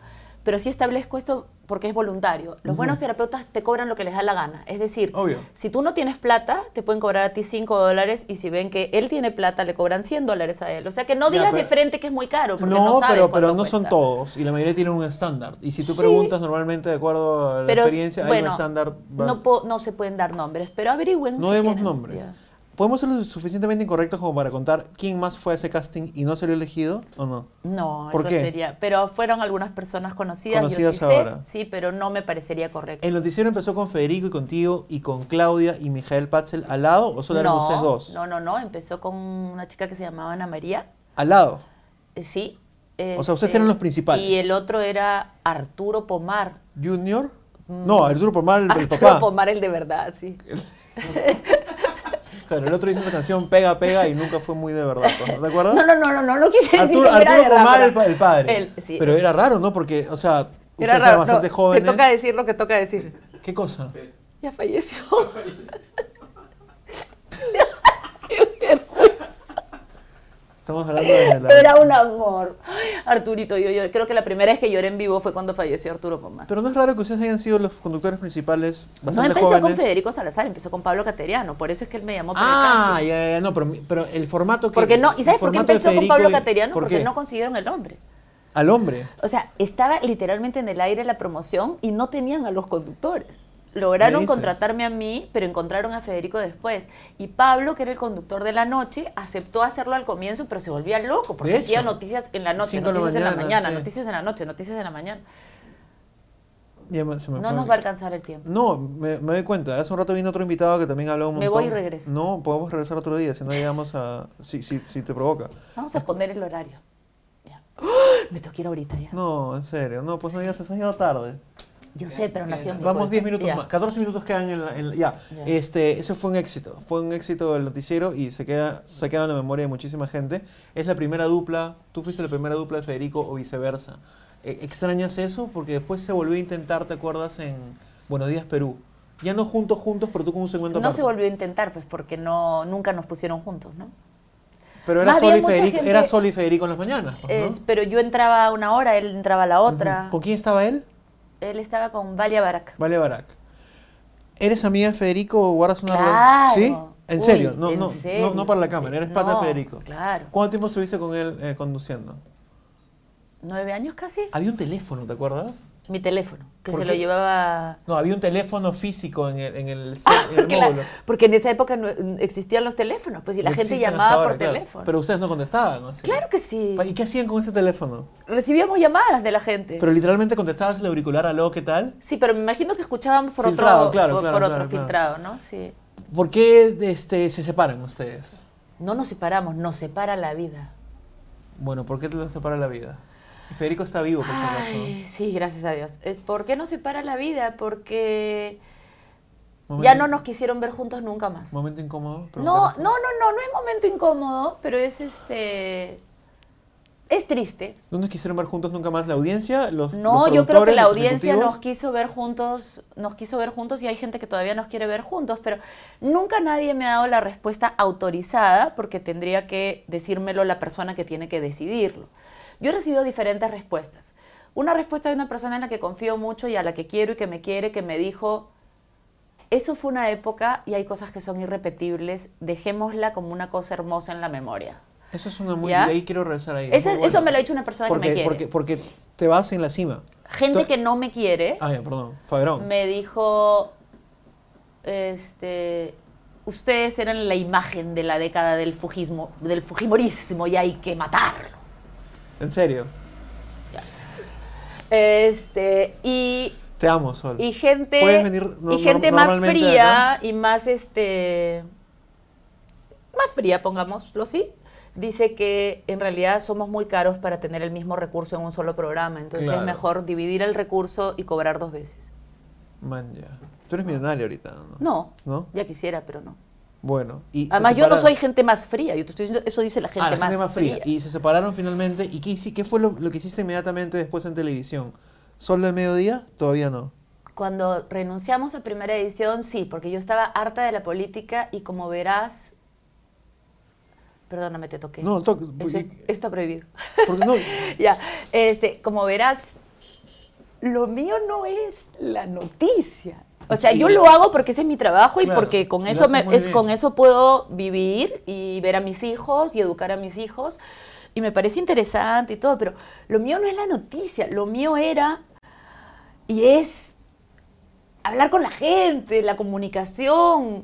Speaker 2: pero sí establezco esto porque es voluntario. Los buenos terapeutas te cobran lo que les da la gana. Es decir,
Speaker 3: Obvio.
Speaker 2: si tú no tienes plata, te pueden cobrar a ti 5 dólares y si ven que él tiene plata, le cobran 100 dólares a él. O sea que no
Speaker 3: Ya,
Speaker 2: digas de
Speaker 3: pero-
Speaker 2: frente que es muy caro. Porque no,
Speaker 3: No,
Speaker 2: sabes
Speaker 3: pero, pero
Speaker 2: cuánto
Speaker 3: no son
Speaker 2: cuesta.
Speaker 3: todos. Y la mayoría tienen un estándar. Y si tú preguntas normalmente de acuerdo a la
Speaker 2: Pero,
Speaker 3: experiencia, hay un
Speaker 2: bueno,
Speaker 3: estándar. va-
Speaker 2: No, po- no se pueden dar nombres, pero averigüen.
Speaker 3: No
Speaker 2: si
Speaker 3: demos
Speaker 2: quieren.
Speaker 3: nombres.
Speaker 2: Ya.
Speaker 3: ¿Podemos ser lo suficientemente incorrectos como para contar quién más fue a ese casting y no salió elegido o no?
Speaker 2: No,
Speaker 3: ¿Por
Speaker 2: eso
Speaker 3: qué?
Speaker 2: sería. Pero fueron algunas personas conocidas.
Speaker 3: Conocidas
Speaker 2: yo sí
Speaker 3: ahora.
Speaker 2: Sé, sí, pero no me parecería correcto.
Speaker 3: ¿El noticiero empezó con Federico y contigo y con Claudia y Mijael Patzel al lado o solo eran
Speaker 2: no,
Speaker 3: ustedes dos?
Speaker 2: no, no, no. Empezó con una chica que se llamaba Ana María.
Speaker 3: Al lado.
Speaker 2: eh, sí.
Speaker 3: O sea, ustedes
Speaker 2: este,
Speaker 3: eran los principales.
Speaker 2: Y el otro era Arturo Pomar.
Speaker 3: ¿Junior? No, Arturo Pomar, el, el
Speaker 2: Mm. Arturo
Speaker 3: papá.
Speaker 2: Pomar, el de verdad, sí.
Speaker 3: Claro, el otro hizo una canción Pega, Pega y nunca fue muy de verdad, pues, ¿no? ¿te acuerdas?
Speaker 2: (laughs) No, no, no, no, no, no quise decir
Speaker 3: Arturo,
Speaker 2: que era
Speaker 3: Arturo
Speaker 2: de verdad,
Speaker 3: Pomar,
Speaker 2: pero-
Speaker 3: el, pa- el padre.
Speaker 2: Él, sí,
Speaker 3: Pero era raro, ¿no? Porque, o sea, ustedes
Speaker 2: era
Speaker 3: eran
Speaker 2: raro, no,
Speaker 3: bastante jóvenes.
Speaker 2: Te toca decir lo que toca decir.
Speaker 3: ¿Qué cosa?
Speaker 2: Ya falleció. Qué vergüenza. (laughs)
Speaker 3: Estamos hablando de la...
Speaker 2: Era un amor. Ay, Arturito, yo, yo creo que la primera vez que lloré en vivo fue cuando falleció Arturo Pomar.
Speaker 3: Pero no es raro que ustedes hayan sido los conductores principales
Speaker 2: No
Speaker 3: bastante ¿eh?
Speaker 2: empezó con
Speaker 3: jóvenes.
Speaker 2: Federico Salazar, empezó con Pablo Cateriano, por eso es que él me llamó para el
Speaker 3: Ah,
Speaker 2: casting.
Speaker 3: ya, ya, ya, no, pero, mi- pero el formato que.
Speaker 2: Porque no, ¿y
Speaker 3: el
Speaker 2: sabes por qué
Speaker 3: formato de
Speaker 2: empezó con
Speaker 3: Federico
Speaker 2: Pablo
Speaker 3: y-
Speaker 2: Cateriano?
Speaker 3: ¿por
Speaker 2: Porque
Speaker 3: qué?
Speaker 2: no consiguieron el nombre.
Speaker 3: Al hombre.
Speaker 2: O sea, estaba literalmente en el aire la promoción y no tenían a los conductores. Lograron
Speaker 3: dices?
Speaker 2: contratarme a mí, pero encontraron a Federico después. Y Pablo, que era el conductor de la noche, aceptó hacerlo al comienzo, pero se volvía loco, porque
Speaker 3: De
Speaker 2: hacía
Speaker 3: hecho.
Speaker 2: noticias en la noche,
Speaker 3: Cinco de la
Speaker 2: noticias en la
Speaker 3: mañana,
Speaker 2: mañana,
Speaker 3: sí.
Speaker 2: noticias en la noche, noticias en la mañana.
Speaker 3: Ya me- se me
Speaker 2: No
Speaker 3: fue.
Speaker 2: nos va a alcanzar el tiempo.
Speaker 3: No, me, me doy cuenta. Hace un rato vino otro invitado que también hablaba un
Speaker 2: Me
Speaker 3: montón.
Speaker 2: voy y regreso.
Speaker 3: No, podemos regresar otro día, si no llegamos a... Si, si, si te provoca.
Speaker 2: Vamos a poner el horario. Ya. (gasps) ¡Ah! Me tengo que ir ahorita ya.
Speaker 3: No, en serio. No, pues no digas, se ha llegado tarde.
Speaker 2: Yo sé, pero nació en mi
Speaker 3: Eh, Vamos
Speaker 2: cuerpo.
Speaker 3: 10 minutos
Speaker 2: este Ya.
Speaker 3: más. 14 minutos quedan en la... en la- ya.
Speaker 2: Ya.
Speaker 3: Este, eso fue un éxito. Fue un éxito del noticiero y se queda, se ha quedado en la memoria de muchísima gente. Es la primera dupla. Tú fuiste la primera dupla de Federico o viceversa. Eh, ¿Extrañas eso? Porque después se volvió a intentar, ¿te acuerdas? En Buenos Días Perú. Ya no juntos, juntos, pero tú con un segmento
Speaker 2: No se
Speaker 3: aparte.
Speaker 2: volvió a intentar, pues, porque no, nunca nos pusieron juntos, ¿no?
Speaker 3: Pero era
Speaker 2: Más
Speaker 3: Sol,
Speaker 2: bien
Speaker 3: y
Speaker 2: mucha
Speaker 3: Federico,
Speaker 2: gente-
Speaker 3: era Sol y Federico en las mañanas. pues, ¿no?
Speaker 2: Es- pero yo entraba a una hora, él entraba a la otra.
Speaker 3: ¿Con quién estaba él?
Speaker 2: Él estaba con Valia Barak.
Speaker 3: Vale Barak. ¿Eres amiga de Federico o guardas una
Speaker 2: Claro.
Speaker 3: ¿Sí? En
Speaker 2: Uy,
Speaker 3: serio, no,
Speaker 2: en
Speaker 3: no,
Speaker 2: serio,
Speaker 3: No, no para la
Speaker 2: en
Speaker 3: cámara,
Speaker 2: serio.
Speaker 3: eres pata
Speaker 2: No,
Speaker 3: de Federico.
Speaker 2: claro.
Speaker 3: ¿Cuánto tiempo estuviste con él eh, conduciendo?
Speaker 2: ¿Nueve años casi?
Speaker 3: Había un teléfono, ¿te acuerdas?
Speaker 2: Mi teléfono, que
Speaker 3: Ah. ¿Por
Speaker 2: se
Speaker 3: qué?
Speaker 2: lo llevaba...
Speaker 3: No, había un teléfono físico en el, en
Speaker 2: (laughs)
Speaker 3: el, ce- en el
Speaker 2: Porque, la-
Speaker 3: módulo.
Speaker 2: porque en esa época no mm, existían los teléfonos, pues, y la
Speaker 3: No
Speaker 2: gente
Speaker 3: existen hasta
Speaker 2: llamaba
Speaker 3: ahora,
Speaker 2: por
Speaker 3: claro.
Speaker 2: teléfono.
Speaker 3: Pero ustedes no contestaban, ¿no? Sí.
Speaker 2: claro que sí.
Speaker 3: ¿Y qué hacían con ese teléfono?
Speaker 2: Recibíamos llamadas de la gente.
Speaker 3: Pero literalmente contestabas el auricular, aló, ¿qué tal?
Speaker 2: sí, pero me imagino que escuchábamos por
Speaker 3: Filtrado,
Speaker 2: otro,
Speaker 3: claro,
Speaker 2: por,
Speaker 3: claro,
Speaker 2: por
Speaker 3: claro,
Speaker 2: otro
Speaker 3: claro.
Speaker 2: filtrado, ¿no? Sí.
Speaker 3: ¿Por qué este, se separan ustedes?
Speaker 2: No nos separamos, nos separa la vida.
Speaker 3: Bueno, ¿por qué te lo separa la vida? Y Federico está vivo, por si acaso.
Speaker 2: Ay, sí, gracias a Dios. Eh, ¿Por qué nos separa la vida? Porque ya
Speaker 3: Momento-
Speaker 2: no nos quisieron ver juntos nunca más.
Speaker 3: Momento incómodo.
Speaker 2: No, no,
Speaker 3: preguntarle.
Speaker 2: no, no, no es momento incómodo, pero es este. Es triste.
Speaker 3: ¿No nos quisieron ver juntos nunca más la audiencia? Los,
Speaker 2: No,
Speaker 3: los
Speaker 2: yo creo que
Speaker 3: productores,
Speaker 2: la
Speaker 3: los
Speaker 2: audiencia
Speaker 3: ejecutivos?
Speaker 2: nos quiso ver juntos, nos quiso ver juntos y hay gente que todavía nos quiere ver juntos, pero nunca nadie me ha dado la respuesta autorizada porque tendría que decírmelo la persona que tiene que decidirlo. Yo he recibido diferentes respuestas. Una respuesta de una persona en la que confío mucho y a la que quiero y que me quiere, que me dijo, eso fue una época y hay cosas que son irrepetibles, dejémosla como una cosa hermosa en la memoria.
Speaker 3: Eso es una muy...
Speaker 2: ¿Ya?
Speaker 3: Ahí quiero regresar ahí. es
Speaker 2: Ese-
Speaker 3: muy bueno.
Speaker 2: Eso me lo ha dicho una persona
Speaker 3: porque,
Speaker 2: que me quiere.
Speaker 3: Porque, porque te vas en la cima.
Speaker 2: gente
Speaker 3: Tú-
Speaker 2: que no me quiere.
Speaker 3: Ah, ya, perdón. Faberón.
Speaker 2: me dijo, este, ustedes eran la imagen de la década del fujismo, del fujimorismo y hay que matarlo.
Speaker 3: En serio.
Speaker 2: Este, y,
Speaker 3: Te amo, Sol.
Speaker 2: y gente,
Speaker 3: Puedes venir no-
Speaker 2: y gente
Speaker 3: no-
Speaker 2: más
Speaker 3: normalmente
Speaker 2: fría
Speaker 3: acá.
Speaker 2: y más, este, más fría, pongámoslo así. Dice que en realidad somos muy caros para tener el mismo recurso en un solo programa, entonces
Speaker 3: Claro.
Speaker 2: es mejor dividir el recurso y cobrar dos veces.
Speaker 3: Man, ya. Tú eres millonario ahorita, ¿no?
Speaker 2: No,
Speaker 3: ¿No?
Speaker 2: ya quisiera, pero no.
Speaker 3: Bueno. Y se
Speaker 2: Además, yo no
Speaker 3: separaron.
Speaker 2: soy gente más fría. Yo te estoy diciendo, eso dice la gente,
Speaker 3: Ah, la
Speaker 2: más,
Speaker 3: gente más fría.
Speaker 2: fría.
Speaker 3: Y se separaron finalmente. ¿Y qué, hici- qué fue lo, lo que hiciste inmediatamente después en televisión? ¿Sol del mediodía? Todavía no.
Speaker 2: Cuando renunciamos a primera edición, sí, porque yo estaba harta de la política y como verás. Perdóname, te toqué.
Speaker 3: No, toque-
Speaker 2: Eso es- está prohibido.
Speaker 3: Porque
Speaker 2: (laughs)
Speaker 3: no,
Speaker 2: ya, este, como verás, lo mío no es la noticia. O sea, yo lo hago porque ese es mi trabajo y
Speaker 3: Claro,
Speaker 2: porque con
Speaker 3: lo
Speaker 2: eso
Speaker 3: haces
Speaker 2: me-
Speaker 3: muy
Speaker 2: es,
Speaker 3: bien.
Speaker 2: con eso puedo vivir y ver a mis hijos y educar a mis hijos y me parece interesante y todo, pero lo mío no es la noticia, lo mío era y es hablar con la gente, la comunicación.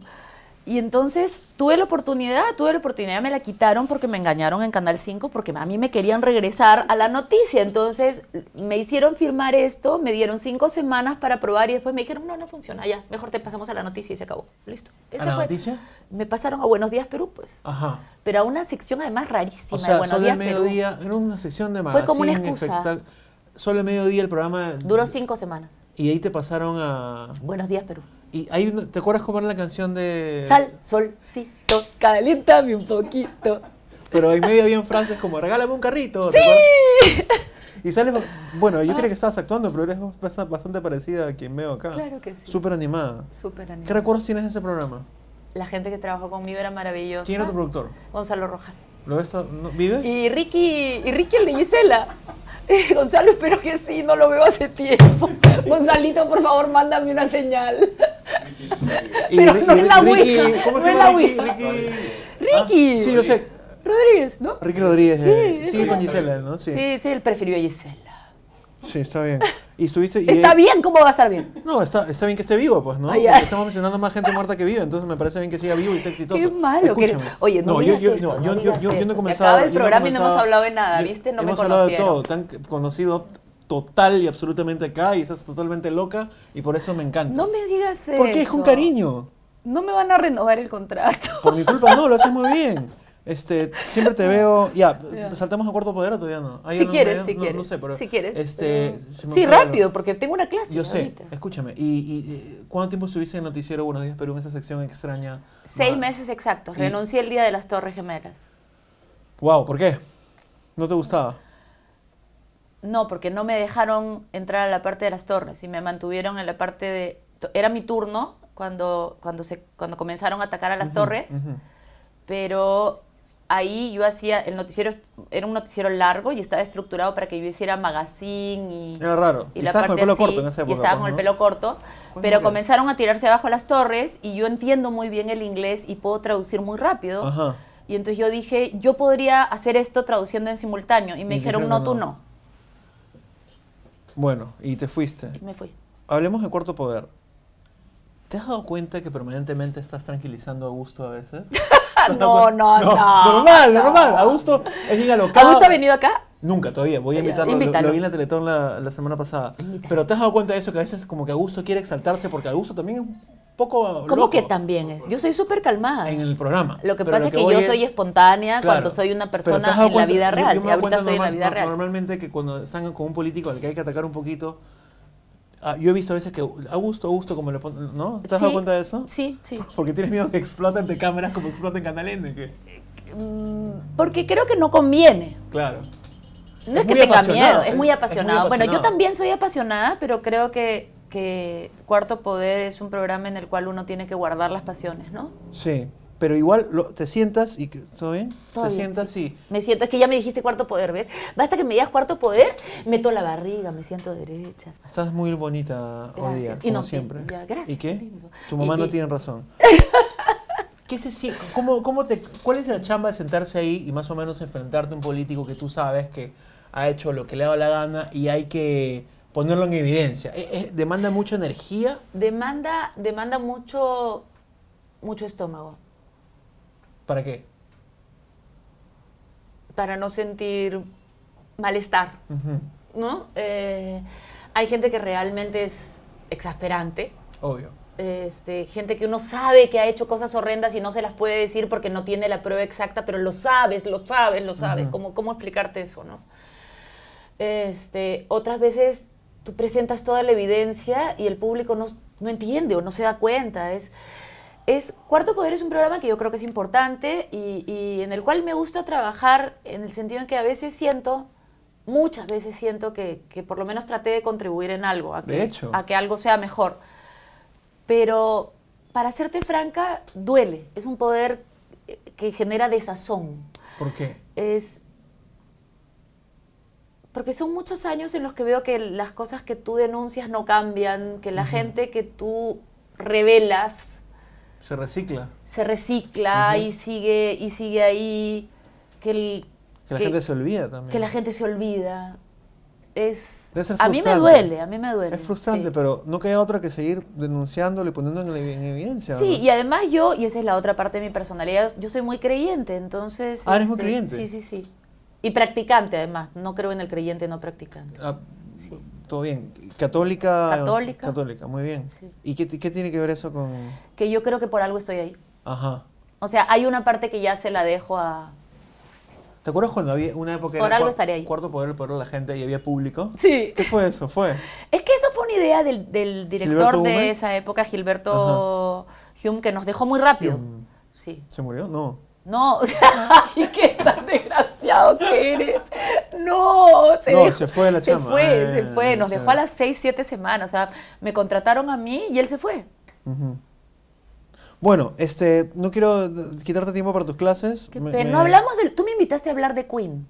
Speaker 2: Y entonces tuve la oportunidad, tuve la oportunidad, me la quitaron porque me engañaron en Canal 5, porque a mí me querían regresar a la noticia. Entonces me hicieron firmar esto, me dieron cinco semanas para probar y después me dijeron, no, no funciona, ya, mejor te pasamos a la noticia y se acabó. Listo.
Speaker 3: ¿A
Speaker 2: Esa
Speaker 3: la
Speaker 2: fue.
Speaker 3: noticia?
Speaker 2: Me pasaron a Buenos Días Perú, pues.
Speaker 3: Ajá.
Speaker 2: Pero a una sección además rarísima
Speaker 3: o sea,
Speaker 2: de Buenos
Speaker 3: solo el
Speaker 2: Días Perú.
Speaker 3: mediodía, era una sección de magazine.
Speaker 2: Fue como una excusa.
Speaker 3: espectac- Solo el mediodía el programa...
Speaker 2: Duró cinco semanas.
Speaker 3: Y de ahí te pasaron a...
Speaker 2: Buenos Días Perú.
Speaker 3: Y hay una- ¿Te acuerdas cómo era la canción de...?
Speaker 2: Sal, sol, sí, to, caliéntame un poquito.
Speaker 3: Pero en medio habían frases como, regálame un carrito. ¡Sí! Y sales... Bueno, yo creo que estabas actuando, pero eres bast- bastante parecida a quien veo acá.
Speaker 2: Claro que sí.
Speaker 3: Súper animada.
Speaker 2: Súper
Speaker 3: ¿Qué
Speaker 2: animado.
Speaker 3: recuerdos tienes de ese programa?
Speaker 2: La gente que trabajó conmigo era maravillosa.
Speaker 3: ¿Quién era tu productor?
Speaker 2: Gonzalo Rojas.
Speaker 3: ¿Lo ves? ¿No, ¿Vive?
Speaker 2: Y Ricky, y Ricky el de Gisela. (laughs) Eh, Gonzalo, espero que sí, no lo veo hace tiempo. (laughs) Gonzalito, por favor, mándame una señal.
Speaker 3: Y
Speaker 2: pero
Speaker 3: Ri-
Speaker 2: no
Speaker 3: y
Speaker 2: es la
Speaker 3: Ricky-
Speaker 2: Ouija,
Speaker 3: ¿Cómo
Speaker 2: no
Speaker 3: se
Speaker 2: es
Speaker 3: llama?
Speaker 2: la
Speaker 3: Ricky-
Speaker 2: Ouija.
Speaker 3: Ricky-
Speaker 2: Ricky.
Speaker 3: Ah, sí, yo sé.
Speaker 2: Rodríguez, ¿no?
Speaker 3: Ricky Rodríguez. eh,
Speaker 2: Sí,
Speaker 3: sigue con Gisela, ¿no?
Speaker 2: Sí, sí, él prefirió a Gisela.
Speaker 3: Sí, está bien. Y estuviste. y-
Speaker 2: Está bien, ¿cómo va a estar bien?
Speaker 3: No, está, está bien que esté vivo, pues, ¿no?
Speaker 2: Ay, ya.
Speaker 3: Porque Estamos mencionando más gente muerta que vive, entonces me parece bien que siga vivo y sea exitoso.
Speaker 2: Qué malo que eres.
Speaker 3: Escúchame.
Speaker 2: Oye,
Speaker 3: yo,
Speaker 2: no digas
Speaker 3: yo,
Speaker 2: eso,
Speaker 3: no,
Speaker 2: no
Speaker 3: yo, yo, yo,
Speaker 2: digas
Speaker 3: yo no
Speaker 2: eso.
Speaker 3: he
Speaker 2: Se
Speaker 3: comenzado.
Speaker 2: acaba el
Speaker 3: yo no he
Speaker 2: programa y no hemos
Speaker 3: comenzado-
Speaker 2: hablado de nada,
Speaker 3: yo-
Speaker 2: ¿viste? No me
Speaker 3: hemos hablado de
Speaker 2: conocieron.
Speaker 3: todo, tan conocido total y absolutamente acá y estás totalmente loca y por eso me encanta.
Speaker 2: No me digas eso.
Speaker 3: ¿Por qué? Es con cariño.
Speaker 2: No me van a renovar el contrato.
Speaker 3: Por mi culpa no, lo haces muy bien. Este, siempre te veo. Ya, saltamos a cuarto poder o todavía no. (laughs) Ah, ya
Speaker 2: Si
Speaker 3: no-
Speaker 2: quieres,
Speaker 3: ya
Speaker 2: si
Speaker 3: no-
Speaker 2: quieres.
Speaker 3: No sé, pero.
Speaker 2: si quieres.
Speaker 3: Este,
Speaker 2: pero-
Speaker 3: se me
Speaker 2: Sí,
Speaker 3: fue algo.
Speaker 2: rápido, pues, porque tengo una clase.
Speaker 3: Yo sé,
Speaker 2: ahorita.
Speaker 3: escúchame. ¿Y, y eh, cuánto tiempo estuviste en el noticiero Buenos Días Perú en esa sección extraña? Ah,
Speaker 2: Seis meses exactos.
Speaker 3: Y-
Speaker 2: Renuncié el día de las Torres Gemelas.
Speaker 3: Wow, ¿por qué? ¿No te gustaba?
Speaker 2: No, porque no me dejaron entrar a la parte de las torres y me mantuvieron en la parte de... to- Era mi turno cuando, cuando, se, cuando comenzaron a atacar a las torres,
Speaker 3: Ujú.
Speaker 2: pero ahí yo hacía, el noticiero est- era un noticiero largo y estaba estructurado para que yo hiciera magazine y...
Speaker 3: Era raro. Y, estabas con el pelo
Speaker 2: así,
Speaker 3: corto en esa época.
Speaker 2: y estaba
Speaker 3: pues,
Speaker 2: con el
Speaker 3: ¿no?
Speaker 2: pelo corto, pero
Speaker 1: era?
Speaker 2: comenzaron a tirarse abajo las torres y yo entiendo muy bien el inglés y puedo traducir muy rápido.
Speaker 3: Ajá.
Speaker 2: Y entonces yo dije, yo podría hacer esto traduciendo en simultáneo. Y me
Speaker 3: Y
Speaker 2: dijeron,
Speaker 3: dijeron
Speaker 2: no,
Speaker 3: que
Speaker 2: tú
Speaker 3: no.
Speaker 2: no.
Speaker 3: Bueno, y te fuiste.
Speaker 2: Y me fui.
Speaker 3: Hablemos de cuarto poder. ¿Te has dado cuenta que permanentemente estás tranquilizando a Augusto a veces? (laughs) ¿Te has dado
Speaker 2: (laughs) No,
Speaker 3: cuenta?
Speaker 2: no, no,
Speaker 3: Normal,
Speaker 2: no.
Speaker 3: normal. Augusto es bien alocado.
Speaker 2: ¿Augusto ha venido acá?
Speaker 3: Nunca todavía, voy a
Speaker 2: Ya,
Speaker 3: invitarlo. Lo,
Speaker 2: invítalo.
Speaker 3: lo vi en la Teletón la, la semana pasada.
Speaker 2: Invítalo.
Speaker 3: Pero te has dado cuenta de eso que a veces como que Augusto quiere exaltarse porque Augusto también es un poco
Speaker 2: ¿Cómo
Speaker 3: loco
Speaker 2: que también es? Yo soy súper calmada.
Speaker 3: en el programa.
Speaker 2: Lo que
Speaker 3: Pero
Speaker 2: pasa es que
Speaker 3: voy
Speaker 2: yo soy espontánea
Speaker 3: Claro.
Speaker 2: cuando soy una
Speaker 3: Pero ¿te has
Speaker 2: persona en
Speaker 3: dado
Speaker 2: la
Speaker 3: cuenta?
Speaker 2: vida
Speaker 3: Yo-
Speaker 2: real.
Speaker 3: yo me
Speaker 2: y
Speaker 3: he dado
Speaker 2: ahorita
Speaker 3: cuenta
Speaker 2: estoy en la
Speaker 3: normal-
Speaker 2: vida
Speaker 3: no-
Speaker 2: real.
Speaker 3: Normalmente que cuando están con un político al que hay que atacar un poquito, ah, yo he visto a veces que Augusto, Augusto, como le ponen, ¿no? ¿Te has dado
Speaker 2: Sí.
Speaker 3: cuenta de eso? (laughs)
Speaker 2: Sí, sí.
Speaker 3: Porque tienes miedo que exploten de cámaras como explotan Canal N, que
Speaker 2: Mm, Porque creo que no conviene.
Speaker 3: claro.
Speaker 2: No es,
Speaker 3: Es
Speaker 2: que
Speaker 3: muy
Speaker 2: tenga
Speaker 3: apasionado, es-
Speaker 2: miedo, es
Speaker 3: es
Speaker 2: muy
Speaker 3: muy
Speaker 2: apasionado. Bueno, yo
Speaker 3: apasionado.
Speaker 2: también soy apasionada, pero creo que, que Cuarto Poder es un programa en el cual uno tiene que guardar las pasiones, ¿no?
Speaker 3: Sí, pero igual lo- te sientas y que- ¿todo bien?
Speaker 2: Todo
Speaker 3: te
Speaker 2: bien,
Speaker 3: sientas y
Speaker 2: Me siento, es que ya me dijiste Cuarto Poder, ¿ves? Basta que me digas Cuarto Poder, meto la barriga, me siento derecha.
Speaker 3: Estás muy bonita hoy día,
Speaker 2: Gracias. Y
Speaker 3: como
Speaker 2: no,
Speaker 3: siempre.
Speaker 2: ya, gracias,
Speaker 3: ¿Y qué?
Speaker 2: lindo.
Speaker 3: Tu mamá
Speaker 2: Y-
Speaker 3: no
Speaker 2: y-
Speaker 3: tiene
Speaker 2: (laughs)
Speaker 3: razón. ¿Qué se sien- cómo, cómo te, ¿Cuál es la chamba de sentarse ahí y más o menos enfrentarte a un político que tú sabes que ha hecho lo que le ha dado la gana y hay que ponerlo en evidencia? Eh, eh, ¿Demanda mucha energía?
Speaker 2: Demanda, demanda mucho, mucho estómago
Speaker 3: ¿Para qué?
Speaker 2: para no sentir malestar,
Speaker 3: Ujú,
Speaker 2: ¿no? Eh, hay gente que realmente es exasperante,
Speaker 3: Obvio.
Speaker 2: este, gente que uno sabe que ha hecho cosas horrendas y no se las puede decir porque no tiene la prueba exacta, pero lo sabes, lo sabes, lo sabes.
Speaker 3: Ujú.
Speaker 2: ¿Cómo, cómo explicarte eso, no? Este, otras veces tú presentas toda la evidencia y el público no, no entiende o no se da cuenta. Es, es Cuarto Poder es un programa que yo creo que es importante y, y en el cual me gusta trabajar en el sentido en que a veces siento, muchas veces siento que, que por lo menos traté de contribuir en algo, a que,
Speaker 3: De hecho.
Speaker 2: a que algo sea mejor. Pero para serte franca, duele. Es un poder eh, que genera desazón.
Speaker 3: ¿Por qué?
Speaker 2: Es porque son muchos años en los que veo que las cosas que tú denuncias no cambian, que la gente que tú revelas
Speaker 3: ¿Se recicla?
Speaker 2: se recicla y sigue y sigue ahí, que, el-
Speaker 3: Que la gente se olvida también.
Speaker 2: que la gente se olvida. Es
Speaker 3: Debe ser
Speaker 2: a mí me
Speaker 3: frustrante.
Speaker 2: duele, a mí me duele.
Speaker 3: Es frustrante,
Speaker 2: sí.
Speaker 3: pero no queda otra que seguir denunciándolo y poniéndolo en, evi- en evidencia.
Speaker 2: Sí,
Speaker 3: ¿no?
Speaker 2: y además yo, y esa es la otra parte de mi personalidad, yo soy muy creyente, entonces... este,
Speaker 3: Ah, eres muy creyente.
Speaker 2: Sí, sí, sí. Y practicante además, no creo en el creyente no practicante.
Speaker 3: Ah,
Speaker 2: Sí.
Speaker 3: Todo bien. Católica.
Speaker 2: Católica.
Speaker 3: Católica, muy bien.
Speaker 2: Sí.
Speaker 3: ¿Y qué, ti- qué tiene que ver eso con.?
Speaker 2: Que yo creo que por algo estoy ahí.
Speaker 3: Ajá.
Speaker 2: O sea, hay una parte que ya se la dejo a...
Speaker 3: ¿Te acuerdas cuando había una época.
Speaker 2: Por
Speaker 3: era
Speaker 2: algo
Speaker 3: cua-
Speaker 2: estaré ahí.
Speaker 3: Cuarto poder, el poder de la gente y había público.
Speaker 2: Sí.
Speaker 3: ¿Qué fue eso? Fue.
Speaker 2: Es que eso fue una idea del, del director
Speaker 3: ¿Gilberto
Speaker 2: de
Speaker 3: Hume?
Speaker 2: esa época, Gilberto Hume, que nos dejó muy rápido.
Speaker 3: Hume.
Speaker 2: Sí.
Speaker 3: ¿Se murió? No.
Speaker 2: No, o sea, (laughs) ay, qué tan desgraciado que eres. No, se,
Speaker 3: No,
Speaker 2: dejó-
Speaker 3: se fue la
Speaker 2: Se
Speaker 3: chama.
Speaker 2: fue, se
Speaker 3: Ah,
Speaker 2: fue. Nos
Speaker 3: o sea.
Speaker 2: dejó a las seis, siete semanas. O sea, me contrataron a mí y él se fue.
Speaker 3: Ujú. Bueno, este, no quiero eh, quitarte tiempo para tus clases.
Speaker 2: Qué
Speaker 3: Me-
Speaker 2: pena.
Speaker 3: me-
Speaker 2: No hablamos del. Tú me invitaste a hablar de Queen.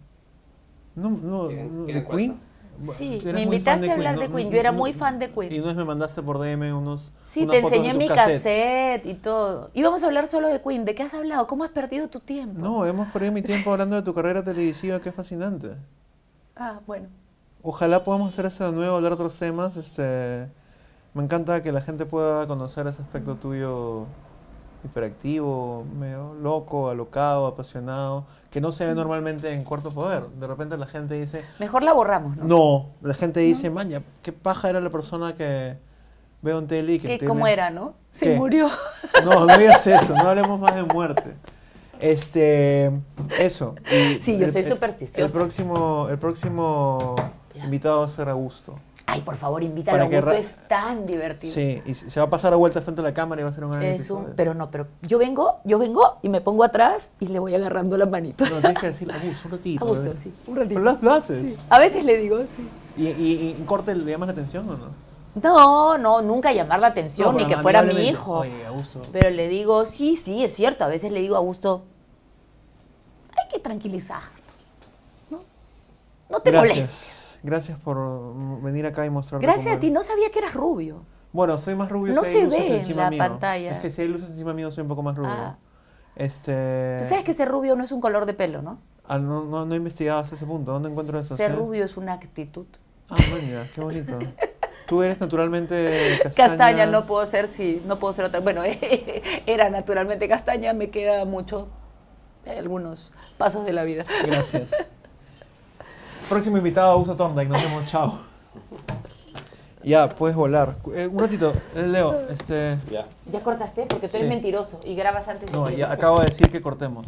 Speaker 3: No, no,
Speaker 1: Eran-
Speaker 3: no,
Speaker 1: eran
Speaker 3: ¿de
Speaker 1: cuatro.
Speaker 3: Queen?
Speaker 2: Sí,
Speaker 3: Bueno, tú
Speaker 2: me
Speaker 3: eres muy fan
Speaker 2: invitaste
Speaker 3: de
Speaker 2: a hablar de Queen, yo era muy fan de Queen.
Speaker 3: Y no es me mandaste por DM unos.
Speaker 2: Sí,
Speaker 3: unas
Speaker 2: te
Speaker 3: fotos de
Speaker 2: enseñé
Speaker 3: tus
Speaker 2: mi
Speaker 3: cassettes.
Speaker 2: cassette y todo. Íbamos a hablar solo de Queen. ¿De qué has hablado? ¿Cómo has perdido tu tiempo?
Speaker 3: No, hemos perdido mi tiempo hablando de tu carrera televisiva, que es fascinante.
Speaker 2: Ah, bueno.
Speaker 3: Ojalá podamos hacer esto de nuevo, hablar de otros temas. Este, me encanta que la gente pueda conocer ese aspecto tuyo hiperactivo, medio loco, alocado, apasionado, que no se ve normalmente en Cuarto Poder. De repente la gente dice,
Speaker 2: Mejor la borramos, ¿no?
Speaker 3: no, la gente dice, man, ya, qué paja era la persona que veo en tele y que
Speaker 2: ¿Qué,
Speaker 3: tiene-
Speaker 2: ¿Cómo era, no? Se
Speaker 3: ¿Qué?
Speaker 2: murió.
Speaker 3: No, no digas eso, no hablemos más de muerte. Este, eso. y
Speaker 2: Sí, yo soy
Speaker 3: el-
Speaker 2: supersticiosa.
Speaker 3: El próximo, el próximo invitado va a ser Augusto.
Speaker 2: Ay, por favor, invítalo.
Speaker 3: Para que
Speaker 2: Augusto
Speaker 3: ra-
Speaker 2: es tan divertido.
Speaker 3: Sí, y se se va a pasar a vuelta frente a la cámara y va a ser un gran
Speaker 2: Es
Speaker 3: episodio.
Speaker 2: un, pero no, pero yo vengo, yo vengo y me pongo atrás y le voy agarrando la manito.
Speaker 3: No, tienes que decir Augusto, un ratito.
Speaker 2: (laughs) Augusto,
Speaker 3: ¿eh?
Speaker 2: sí, un ratito.
Speaker 3: Pero las haces.
Speaker 2: A veces le digo, sí.
Speaker 3: Y, y, y en corte le llamas la atención o no?
Speaker 2: No, no, nunca llamar la atención
Speaker 3: No,
Speaker 2: ni
Speaker 3: pero
Speaker 2: que fuera mi
Speaker 3: amigablemente.
Speaker 2: hijo.
Speaker 3: Oye, Augusto.
Speaker 2: Pero le digo, sí, sí, es cierto. A veces le digo a Augusto, hay que tranquilizarlo. No, no te molestes.
Speaker 3: Gracias. Gracias por mm, venir acá y mostrarme.
Speaker 2: Gracias a ti, no sabía que eras rubio.
Speaker 3: Bueno, soy más rubio
Speaker 2: No
Speaker 3: si
Speaker 2: se
Speaker 3: hay luces
Speaker 2: ve en
Speaker 3: encima
Speaker 2: la
Speaker 3: mío.
Speaker 2: pantalla.
Speaker 3: Es que si hay luces encima mío soy un poco más rubio.
Speaker 2: Ah.
Speaker 3: Este.
Speaker 2: Tú sabes que ser rubio no es un color de pelo, ¿no?
Speaker 3: Ah, no, no, no he investigado hasta ese punto. ¿Dónde encuentro eso?
Speaker 2: Ser
Speaker 3: Sí.
Speaker 2: rubio es una actitud.
Speaker 3: Ah, maña, qué
Speaker 2: (laughs)
Speaker 3: bonito. Tú eres naturalmente castaña.
Speaker 2: Castaña no puedo ser, sí, no puedo ser otra. Bueno, (laughs) era naturalmente castaña, me queda mucho, eh, algunos pasos de la vida.
Speaker 3: Gracias. Próximo invitado, Augusto Thorndike. Nos vemos, chao. Ya, puedes volar. Cu- eh, un ratito, eh, Leo. Este,
Speaker 1: Ya.
Speaker 2: ¿Ya cortaste? Porque tú eres
Speaker 3: Sí.
Speaker 2: mentiroso y grabas antes de
Speaker 3: no,
Speaker 2: tiempo.
Speaker 3: ya acabo de decir que cortemos.